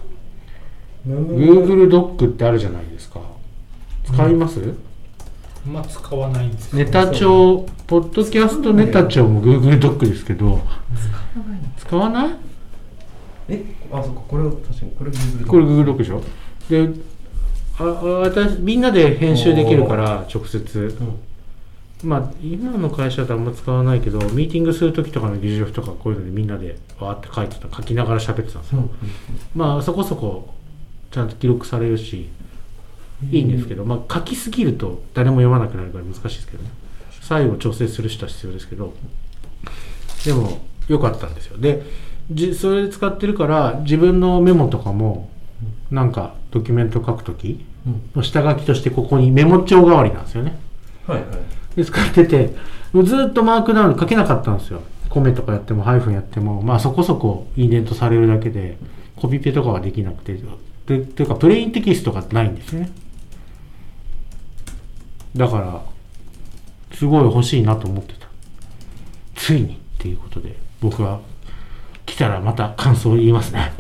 Speaker 1: Google ドックってあるじゃないですか。使います、
Speaker 2: あんま使わないんですよ
Speaker 1: ネタ帳、ポッドキャストネタ帳も Google ドックですけど、使わない
Speaker 3: えあそっかこれを確かにこれ Google
Speaker 1: これ Google ドックでしょでああ私みんなで編集できるから直接、まあ今の会社だとあんま使わないけどミーティングする時とかの議事録とかこういうのでみんなでわーって書いてた書きながら喋ってたんですよ、まあそこそこちゃんと記録されるしいいんですけど、まあ書きすぎると誰も読まなくなるから難しいですけどね最後調整する人は必要ですけどでも良かったんですよでじそれ使ってるから自分のメモとかもなんかドキュメント書くとき
Speaker 3: うん
Speaker 1: の下書きとしてここにメモ帳代わりなんですよね
Speaker 3: はいはい
Speaker 1: で使っててもうずっとマークダウン書けなかったんですよ米とかやってもハイフンやってもまあそこそこインデントされるだけでコピペとかはできなくてでというかプレインテキストがないんですねだからすごい欲しいなと思ってたついにっていうことで僕は来たらまた感想を言いますね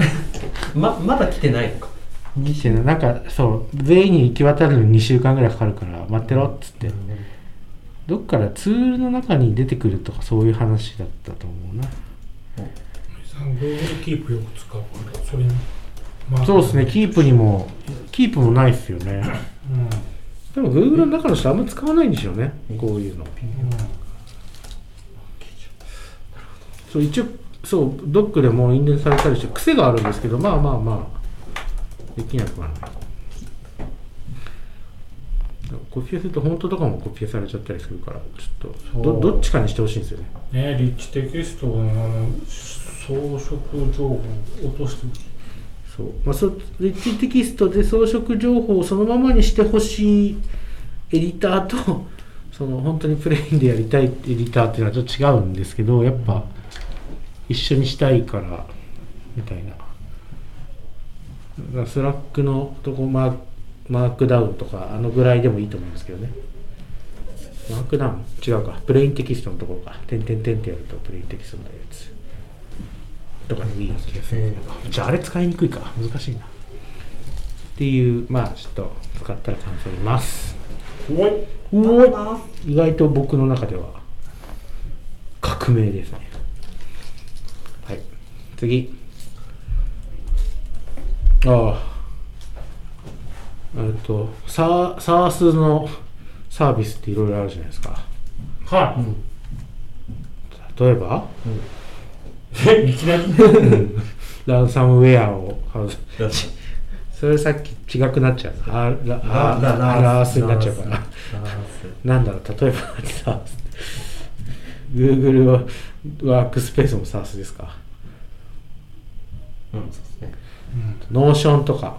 Speaker 3: ままだ来てないのか
Speaker 1: 来てないなんかそう全員に行き渡るのに2週間ぐらいかかるから待ってろっつって、どっからツールの中に出てくるとかそういう話だったと思うな、
Speaker 2: さん Google キープよく使うからそれにま
Speaker 1: そうですねキープにもキープもないっすよね
Speaker 2: うんうん
Speaker 1: でも Google の中の人あんま使わないんでしょうねこういうのそう一応そうドックでもインデントされたりして癖があるんですけどまあまあまあできなくはないコピペすると本当とかもコピペされちゃったりするからちょっとど
Speaker 2: そう
Speaker 1: どっちかにしてほしいんですよね
Speaker 2: ねリッチテキストのあの装飾情報を落として
Speaker 1: そう、まあ、そリッチテキストで装飾情報をそのままにしてほしいエディターと その本当にプレインでやりたいエディターっていうのはちょっと違うんですけどやっぱ一緒にしたいからみたいなだからスラックのとこマーマークダウンとかあのぐらいでもいいと思うんですけどねマークダウン違うかプレインテキストのところか点点点ってやるとプレインテキストになるやつとかでもいい気がするんだけどじゃああれ使いにくいか難しいなっていうまあちょっと使ったら感想言います
Speaker 2: おいう
Speaker 1: お意外と僕の中では革命ですねはい次ああえっとサーサースのサービスっていろいろあるじゃないですか
Speaker 2: はい、
Speaker 1: 例えば
Speaker 2: えいきなり
Speaker 1: ランサムウェアを
Speaker 3: ラ
Speaker 1: それさっき違くなっちゃうなあラあ
Speaker 3: ララ
Speaker 1: ララースになっちゃうから
Speaker 3: ラ
Speaker 1: なんだろう例えばさ Google はワークスペースも SARS ですか
Speaker 3: うんそうですね
Speaker 1: ノーションとか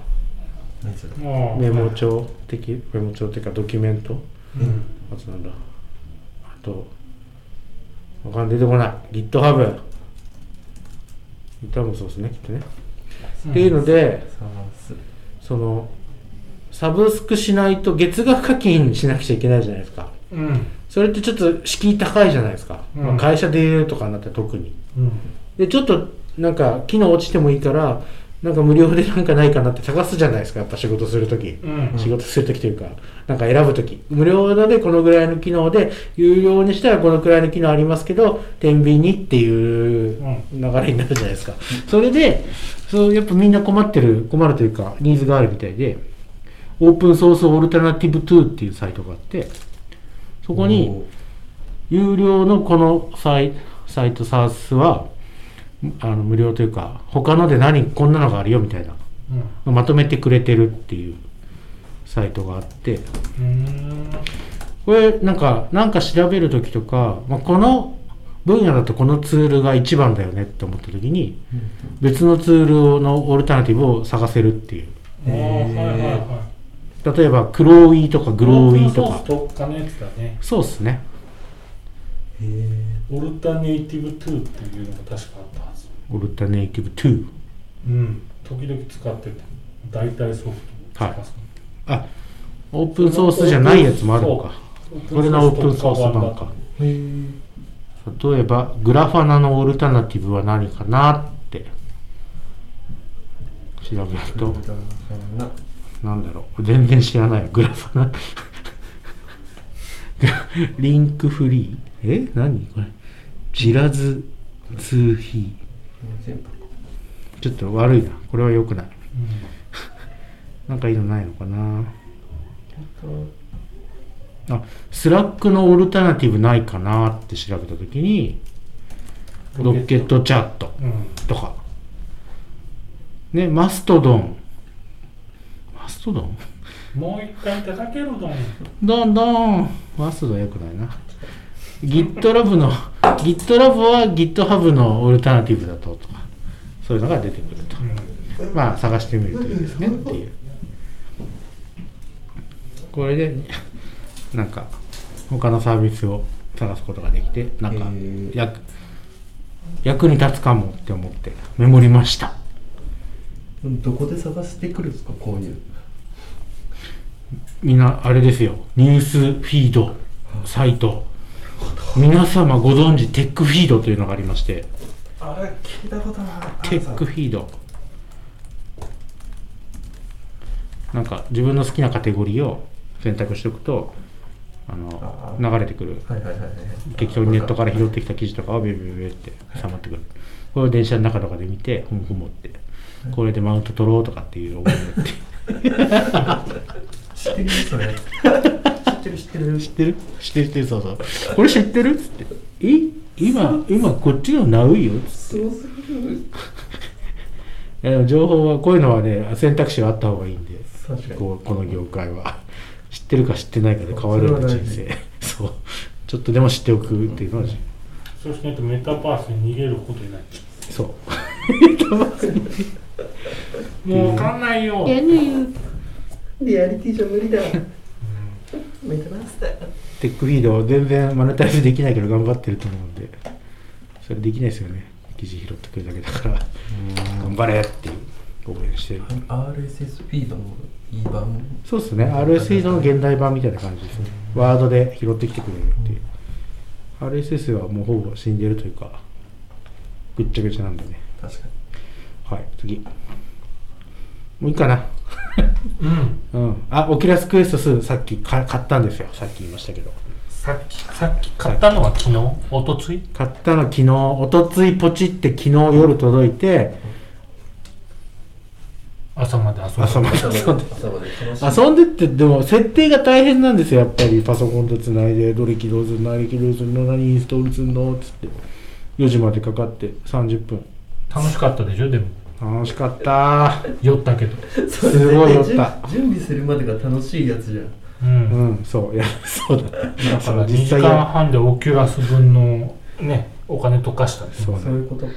Speaker 3: 何それ
Speaker 2: もう
Speaker 1: メモ帳的メモ帳っていうかドキュメント
Speaker 2: うん
Speaker 1: あとなんだあとわかん出てこない GitHub GitHub もそうですねきっとね、っていうので
Speaker 3: サース
Speaker 1: そのサブスクしないと月額課金しなくちゃいけないじゃないですか
Speaker 2: うん
Speaker 1: それってちょっと敷居高いじゃないですか、
Speaker 2: うん
Speaker 1: まあ会社で言うとかになったら特に
Speaker 2: うん
Speaker 1: でちょっとなんか機能落ちてもいいからなんか無料でなんかないかなって探すじゃないですかやっぱ仕事するとき、
Speaker 2: うん
Speaker 1: 仕事するときというかなんか選ぶとき無料のでこのぐらいの機能で有料にしたらこのくらいの機能ありますけど天秤にっていう流れになるじゃないですか、それでそうやっぱみんな困ってる困るというかニーズがあるみたいでオープンソースオルタナティブ2っていうサイトがあってそこに、有料のこのサイサイトサースはあの無料というか他ので何こんなのがあるよみたいな
Speaker 2: うん
Speaker 1: まとめてくれてるっていうサイトがあって
Speaker 2: うーん
Speaker 1: これなんかなんか調べる時とか、まあ、この分野だとこのツールが一番だよねって思った時に別のツールのオルタナティブを探せるっていう
Speaker 2: あーはいはいは
Speaker 1: 例えばクローイーとか
Speaker 2: い
Speaker 1: グローイーと
Speaker 2: オー
Speaker 1: か
Speaker 2: プンソース特化のやつだね
Speaker 1: そうっすね
Speaker 3: へえ
Speaker 2: オルタネイティブトゥーっていうのが確かあったはず
Speaker 1: オルタネイティブ2
Speaker 2: うん時々使ってて代替ソフトを使って
Speaker 1: あオープンソースじゃないやつもあるのかこれがオープンソースなのか
Speaker 2: へえ
Speaker 1: 例えばグラファナのオルタナティブは何かなって調べると
Speaker 3: な
Speaker 1: なんだろう全然知らないよグラファナ リンクフリーえ何これジラズ通費
Speaker 3: 全部
Speaker 1: ちょっと悪いなこれは良くないなんかいいのないのかなあスラックのオルタナティブないかなって調べた時にロケットチャット
Speaker 2: うん
Speaker 1: とかねマストドンマストドン
Speaker 2: もう一回いただけるの
Speaker 1: どんどんマストドンよくないな GitLab の GitLab は GitHub のオルタナティブだととかそういうのが出てくるとまあ探してみるといいですねっていうこれでなんか他のサービスを探すことができてなんか
Speaker 3: へー
Speaker 1: 役役に立つかもって思ってメモりました
Speaker 3: どこで探してくるんですか購入
Speaker 1: みんなあれですよニュースフィードサイト皆様ご存知テックフィードというのがありまして
Speaker 3: あれ聞いたことなかった
Speaker 1: テックフィードなんか自分の好きなカテゴリーを選択しておくとあの
Speaker 3: あ
Speaker 1: 流れてくる
Speaker 3: はいはいはいはい
Speaker 1: 適当にネットから拾ってきた記事とかをビュービュービューって収まってくるこれを電車の中とかで見てふんふん持ってこれでマウント取ろうとかっていう思いを持って
Speaker 3: 知ってるよ それ知ってる知ってる
Speaker 1: 知ってる知ってる知ってるそうそうこれ知ってるっつって「え今今こっちのナウいよ」っつって
Speaker 3: そうする
Speaker 1: いやでも情報はこういうのはね選択肢があった方がいいんで
Speaker 3: 確かに
Speaker 1: こうこの業界は知ってるか知ってないかで変わるような人
Speaker 3: それは
Speaker 1: 生 そうちょっとでも知っておくっていうのは
Speaker 2: そうしないとメタバースに逃げることになっちゃ
Speaker 1: そう
Speaker 2: うもうわかんないよ
Speaker 3: リアリティじゃ無理だ メタバースだ
Speaker 1: テックフィードは全然マネタイズできないけど頑張ってると思うんでそれできないですよね記事拾ってくるだけだから頑張れっていう応援してる
Speaker 3: RSS フィードの E 版
Speaker 1: そうですね RSE の現代版みたいな感じですねワードで拾ってきてくれるっていう RSS はもうほぼ死んでるというかぐっちゃぐちゃなんでね
Speaker 3: 確かに
Speaker 1: はい次もういいかな
Speaker 2: うん
Speaker 1: うんあオキュラスクエスト2さっきか買ったんですよさっき言いましたけど
Speaker 2: さっきさっき買ったのは昨日おとつい
Speaker 1: 買ったの昨日おとついポチって昨日夜届いて
Speaker 2: 朝まで遊ぶ
Speaker 1: 朝まで
Speaker 3: 朝まで
Speaker 1: 遊んで
Speaker 3: 朝まで楽しい
Speaker 1: 遊んでってでも設定が大変なんですよやっぱりパソコンとつないでどれ起動するの何起動するの何インストールするのっつって4時までかかって30分
Speaker 2: 楽しかったでしょでも
Speaker 1: 楽しかった ー
Speaker 2: 酔ったけど
Speaker 3: それ
Speaker 1: すごい酔っ
Speaker 3: 絶対
Speaker 1: た
Speaker 3: じゅ準備するまでが楽しいやつじゃん
Speaker 2: うん
Speaker 1: うんそういやそうだ
Speaker 2: だから
Speaker 1: そう
Speaker 2: 2時
Speaker 1: 実際
Speaker 2: 間
Speaker 1: や
Speaker 2: 半でオキュラス分のねお金溶かしたんです
Speaker 1: そう
Speaker 3: そう
Speaker 1: ね、
Speaker 3: いうこと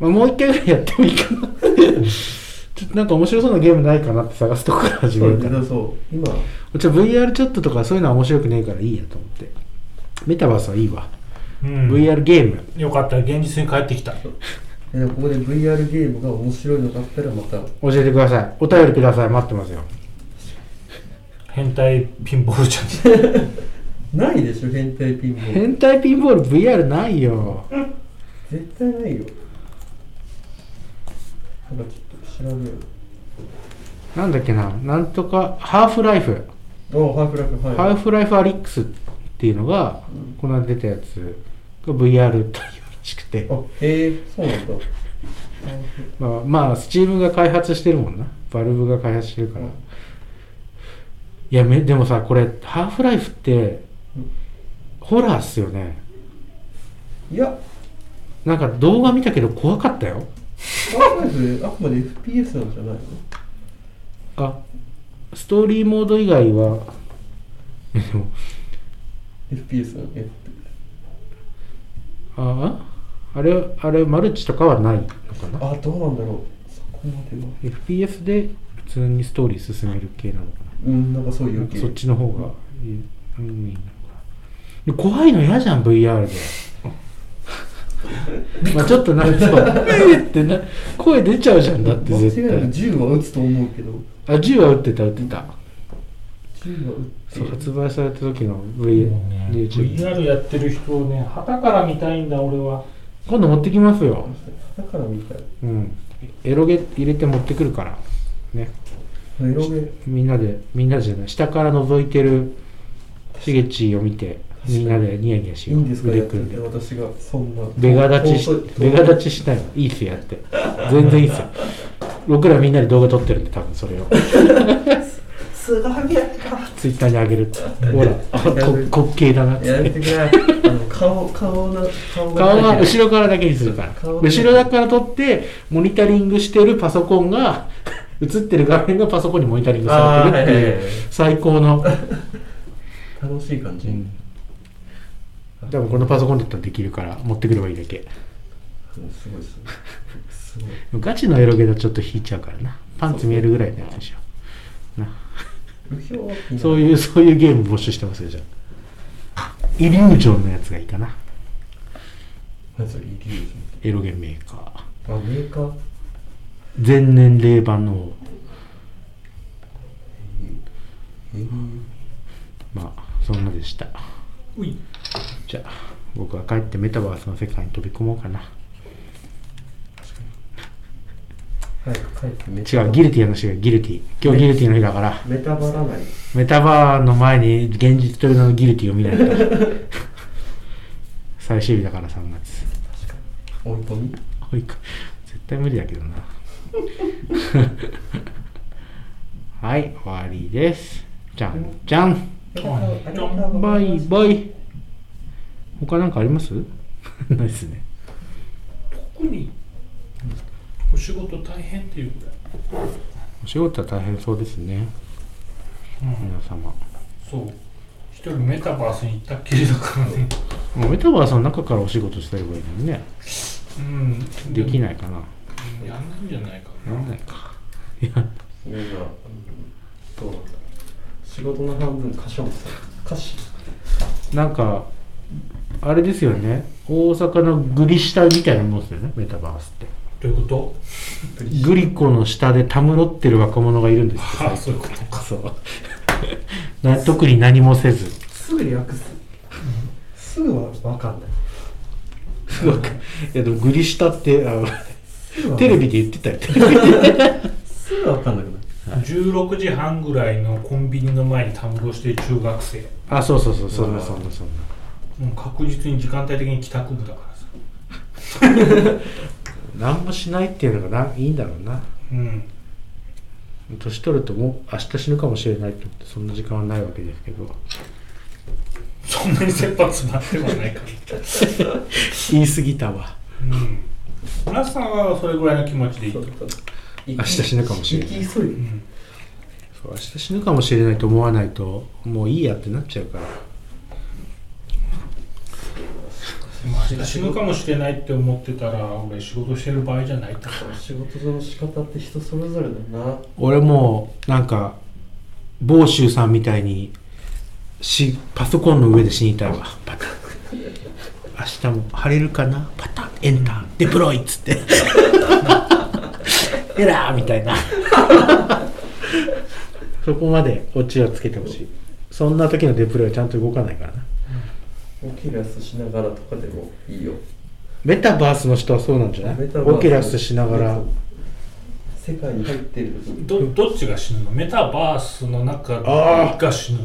Speaker 1: まあ、もう一回ぐらいやってもいいかなちょっとなんか面白そうなゲームないかなって探すとこから始
Speaker 3: そ
Speaker 1: める
Speaker 3: う
Speaker 1: か
Speaker 3: だ
Speaker 1: ら
Speaker 3: ねそう今
Speaker 1: じゃ VR チャットとかそういうのは面白くねえからいいやと思ってメタバースはいいわ、
Speaker 2: うん、
Speaker 1: VR ゲーム
Speaker 2: よかった現実に帰ってきた
Speaker 3: えーここで VR ゲームが面白いのがあったらまた
Speaker 1: 教えてくださいお便りください待ってますよ
Speaker 2: 変態ピンボールちゃんに
Speaker 3: ないでしょ変態ピンも
Speaker 1: 変態ピンボール VR ないよ
Speaker 3: 絶対ないよなんかちょっと調べよ
Speaker 1: なんだっけななんとかハーフライフ
Speaker 3: うあハーフライフはい
Speaker 1: ハーフライフアリックスっていうのがこの間出たやつが VR 対応らしくて
Speaker 3: あへえそうなんだ
Speaker 1: まあ、まあ、スチームが開発してるもんな。バルブが開発してるから。
Speaker 3: うん
Speaker 1: いやめ、でもさ、これ、ハーフライフって
Speaker 3: うん、
Speaker 1: ホラーっすよね。
Speaker 3: いや
Speaker 1: なんか動画見たけど怖かったよ。
Speaker 3: ハーフライフあくまで FPS なんじゃないの
Speaker 1: あ、ストーリーモード以外は、えでも、
Speaker 3: FPS なんえ
Speaker 1: あああれ、あれ、マルチとかはないのかな。
Speaker 3: あどうなんだろうそこまでは
Speaker 1: FPS で普通にストーリー進める系なのかな。
Speaker 3: うんなんかそうい
Speaker 1: な
Speaker 3: うん
Speaker 1: か
Speaker 3: 系
Speaker 1: そっちの方 がいい、うん、いいのかなで怖いの嫌じゃん VR でまあちょっとなんか そう「えーってな声出ちゃうじゃんだって絶
Speaker 3: 間違いな
Speaker 1: 対
Speaker 3: く銃は撃つと思うけど
Speaker 1: あ銃は撃ってた撃ってた
Speaker 3: 銃は撃って
Speaker 1: そう発売された時の V、YouTube
Speaker 2: VR やってる人をね、旗から見たいんだ、俺は。
Speaker 1: 今度持ってきますよ
Speaker 3: だからみたい
Speaker 1: うんエロゲ入れて持ってくるからね
Speaker 3: な色目
Speaker 1: みんなでみんなじゃない下から覗いてるしげちを見てみんなでニヤニヤし
Speaker 3: いい
Speaker 1: ようん
Speaker 3: ですか
Speaker 1: 腕
Speaker 3: やって
Speaker 1: 組んで
Speaker 3: て私がそんな
Speaker 1: ベガ立ちしベガ立ちしたいのいいっすよやって全然いいっすよ僕らみんなで動画撮ってるんで多分それを
Speaker 3: すがみやか
Speaker 1: ツイッターに上げるってほらあこ滑稽だなっつ
Speaker 3: や
Speaker 1: っ
Speaker 3: め
Speaker 1: て
Speaker 3: て くれあの顔顔な顔
Speaker 1: 顔は
Speaker 3: ない
Speaker 1: 後ろからだけにするから
Speaker 3: 顔
Speaker 1: 後ろだから撮ってモニタリングしてるパソコンが映ってる画面がパソコンにモニタリングされてるって
Speaker 3: あーはい
Speaker 1: い
Speaker 3: は
Speaker 1: う
Speaker 3: いはい
Speaker 1: 最高の
Speaker 3: 楽しい感じ、
Speaker 1: でもこのパソコンだったらできるから持ってくればいいだけ
Speaker 3: すごいですねすごい
Speaker 1: ガチのエロゲだとちょっと引いちゃうからなパンツ見えるぐらいのやつでしょ
Speaker 3: 不評は気になる
Speaker 1: そういうそういうゲーム募集してますよじゃあイリュージョンのやつがいいかな
Speaker 3: 何それイリュージ
Speaker 1: エロゲメーカー
Speaker 3: ョンあメーカー
Speaker 1: 前年齢版の方
Speaker 3: えー
Speaker 1: まあそんなでした
Speaker 2: うい。
Speaker 1: じゃあ僕は帰ってメタバースの世界に飛び込もうかな
Speaker 3: 早く帰ってメ
Speaker 1: 違うギルティの話がギルティ今日ギルティの日だから
Speaker 3: メタバラない
Speaker 1: メタバーの前に現実という名のギルティを見ないと最終日だから3月
Speaker 3: 追い込み
Speaker 1: おいか絶対無理だけどなはい終わりですじゃんじゃんバイバイ他なんかあります ないですね
Speaker 2: 特に、お仕事大変っていうぐらい。
Speaker 1: お仕事は大変そうですね皆様
Speaker 2: そう。一人メタバースに行ったっきりだからね。
Speaker 1: もうメタバースの中からお仕事してればいいのにね
Speaker 2: うん。
Speaker 1: でき
Speaker 2: ない。
Speaker 1: ないかな
Speaker 2: やんないんじゃないか
Speaker 1: や
Speaker 2: な。
Speaker 1: んないかいや
Speaker 3: みんなうんどうなんだ仕事の半分歌唱歌詞
Speaker 1: なんかあれですよね大阪のグリ下みたいなもんですよねメタバースって
Speaker 2: どういうこと
Speaker 1: グリコの下でたむろってる若者がいるんですよ
Speaker 2: ああ、そういう ことか。
Speaker 1: そう な特に何もせず
Speaker 3: すぐに訳すすぐは分かんない
Speaker 1: いやでもグリ下ってあの
Speaker 3: すぐは
Speaker 1: テレビで言ってたよね
Speaker 3: すぐは分かんなくなる
Speaker 2: 16時半ぐらいのコンビニの前にたむろしてる中学生。
Speaker 1: あそうそうそうそんなそんなそんな
Speaker 2: もう確実に時間帯的に帰宅部だからさ。
Speaker 1: 何もしないっていうのがないいんだろうな
Speaker 2: うん。
Speaker 1: 年取るともう明日死ぬかもしれないって思ってそんな時間はないわけですけ ど
Speaker 2: そんなに切羽詰まってはないから。
Speaker 1: 言い過ぎたわ
Speaker 2: うん。村瀬さんはそれぐらいの気持ちでいい
Speaker 3: そ
Speaker 2: と
Speaker 3: う
Speaker 2: 思う。
Speaker 3: 明
Speaker 1: 明日死ぬかもしれない
Speaker 3: 生き急いで
Speaker 2: うん。
Speaker 1: そう明日死ぬかもしれないと思わないともういいやってなっちゃうから
Speaker 2: 明日死ぬかもしれないって思ってたら俺仕事してる場合じゃないってこと
Speaker 3: 仕事の仕方って人それぞれだな
Speaker 1: 俺もうなんか房州さんみたいにしパソコンの上で死にたいわパタン明日も晴れるかなパタンエンターデプロイっつって エラーみたいな そこまでオチをつけてほしいそんな時のデプロイはちゃんと動かないからな
Speaker 3: オキュラスしながらとかでもいいよ
Speaker 1: メタバースの人はそうなんじゃない
Speaker 3: メタバース
Speaker 1: オキュラスしながら
Speaker 3: 世界に入ってる
Speaker 2: どどっちが死ぬのメタバースの中
Speaker 1: あ
Speaker 2: が死ぬの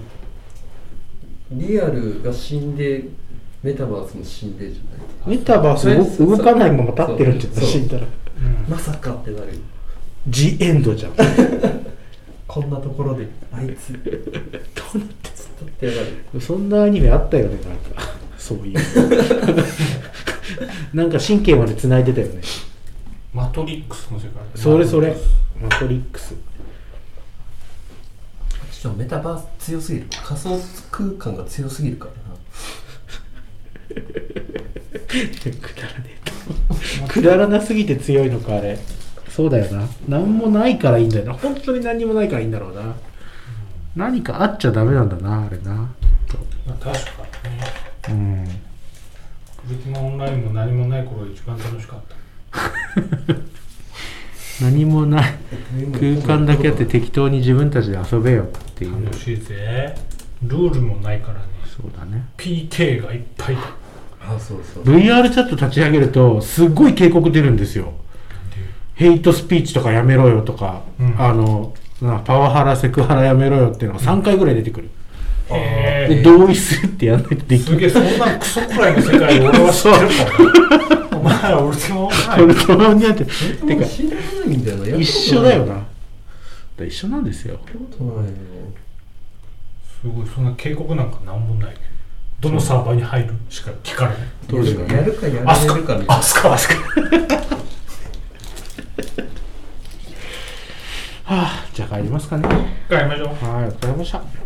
Speaker 3: リアルが死んでメタバースも死んでじゃない
Speaker 1: メタバース動動かないまま立ってるんじゃない
Speaker 3: そう
Speaker 1: 死んだら
Speaker 2: うん
Speaker 3: まさかってなるよ
Speaker 1: ジエンドじゃん
Speaker 3: こんなところであい つどうなってずっとってやがる
Speaker 1: そんなアニメあったよね、なん か。そういう。なんか神経まで繋いでたよね。
Speaker 2: マトリックスの世界
Speaker 1: それそれ。マトリックス。
Speaker 3: ちょっとメタバース強すぎる仮想空間が強すぎるからな
Speaker 1: くだらねえと。くだらなすぎて強いのか、あれ。そうだよな。なんもないからいいんだよな。本当に何にもないからいいんだろうな。何かあっちゃダメなんだな、あれな。
Speaker 2: まあ確かにね
Speaker 1: うん。
Speaker 2: ブリキマオンラインも何もない頃が一番楽しかった
Speaker 1: 何もない空
Speaker 3: 空
Speaker 1: 間だけあって適当に自分たちで遊べよっていう
Speaker 2: 楽しいぜルールもないからね
Speaker 1: そうだね
Speaker 2: PK がいっぱいだっ
Speaker 3: あそうそう
Speaker 1: VR チャット立ち上げるとすっごい警告出るんですよ
Speaker 2: ていう
Speaker 1: ヘイトスピーチとかやめろよとか、
Speaker 2: うん
Speaker 1: あのなパワハラセクハラやめろよっていうのが3回ぐらい出てくる、
Speaker 2: へ
Speaker 1: で
Speaker 2: え
Speaker 1: 同意するってやんないとでき
Speaker 2: す
Speaker 1: ない
Speaker 2: げえそんなクソくらいの世界を俺は知ってるからお前ら俺とも
Speaker 1: こ れこのにあって
Speaker 3: て
Speaker 1: て
Speaker 3: か
Speaker 1: か
Speaker 3: 知らないんだよなやったことない
Speaker 1: 一緒だよなだから一緒なんですよ
Speaker 3: やったことないよ
Speaker 2: すごいそんな警告なんか何もないねどのサーバーに入るしか聞かれない
Speaker 1: 当時はね
Speaker 3: やるかや
Speaker 2: アス
Speaker 3: ら
Speaker 2: カ
Speaker 3: れるかみたい
Speaker 2: アスカアスカ
Speaker 1: はあじゃあ帰りますかね
Speaker 2: 帰りましょう
Speaker 1: はいお疲れ様でした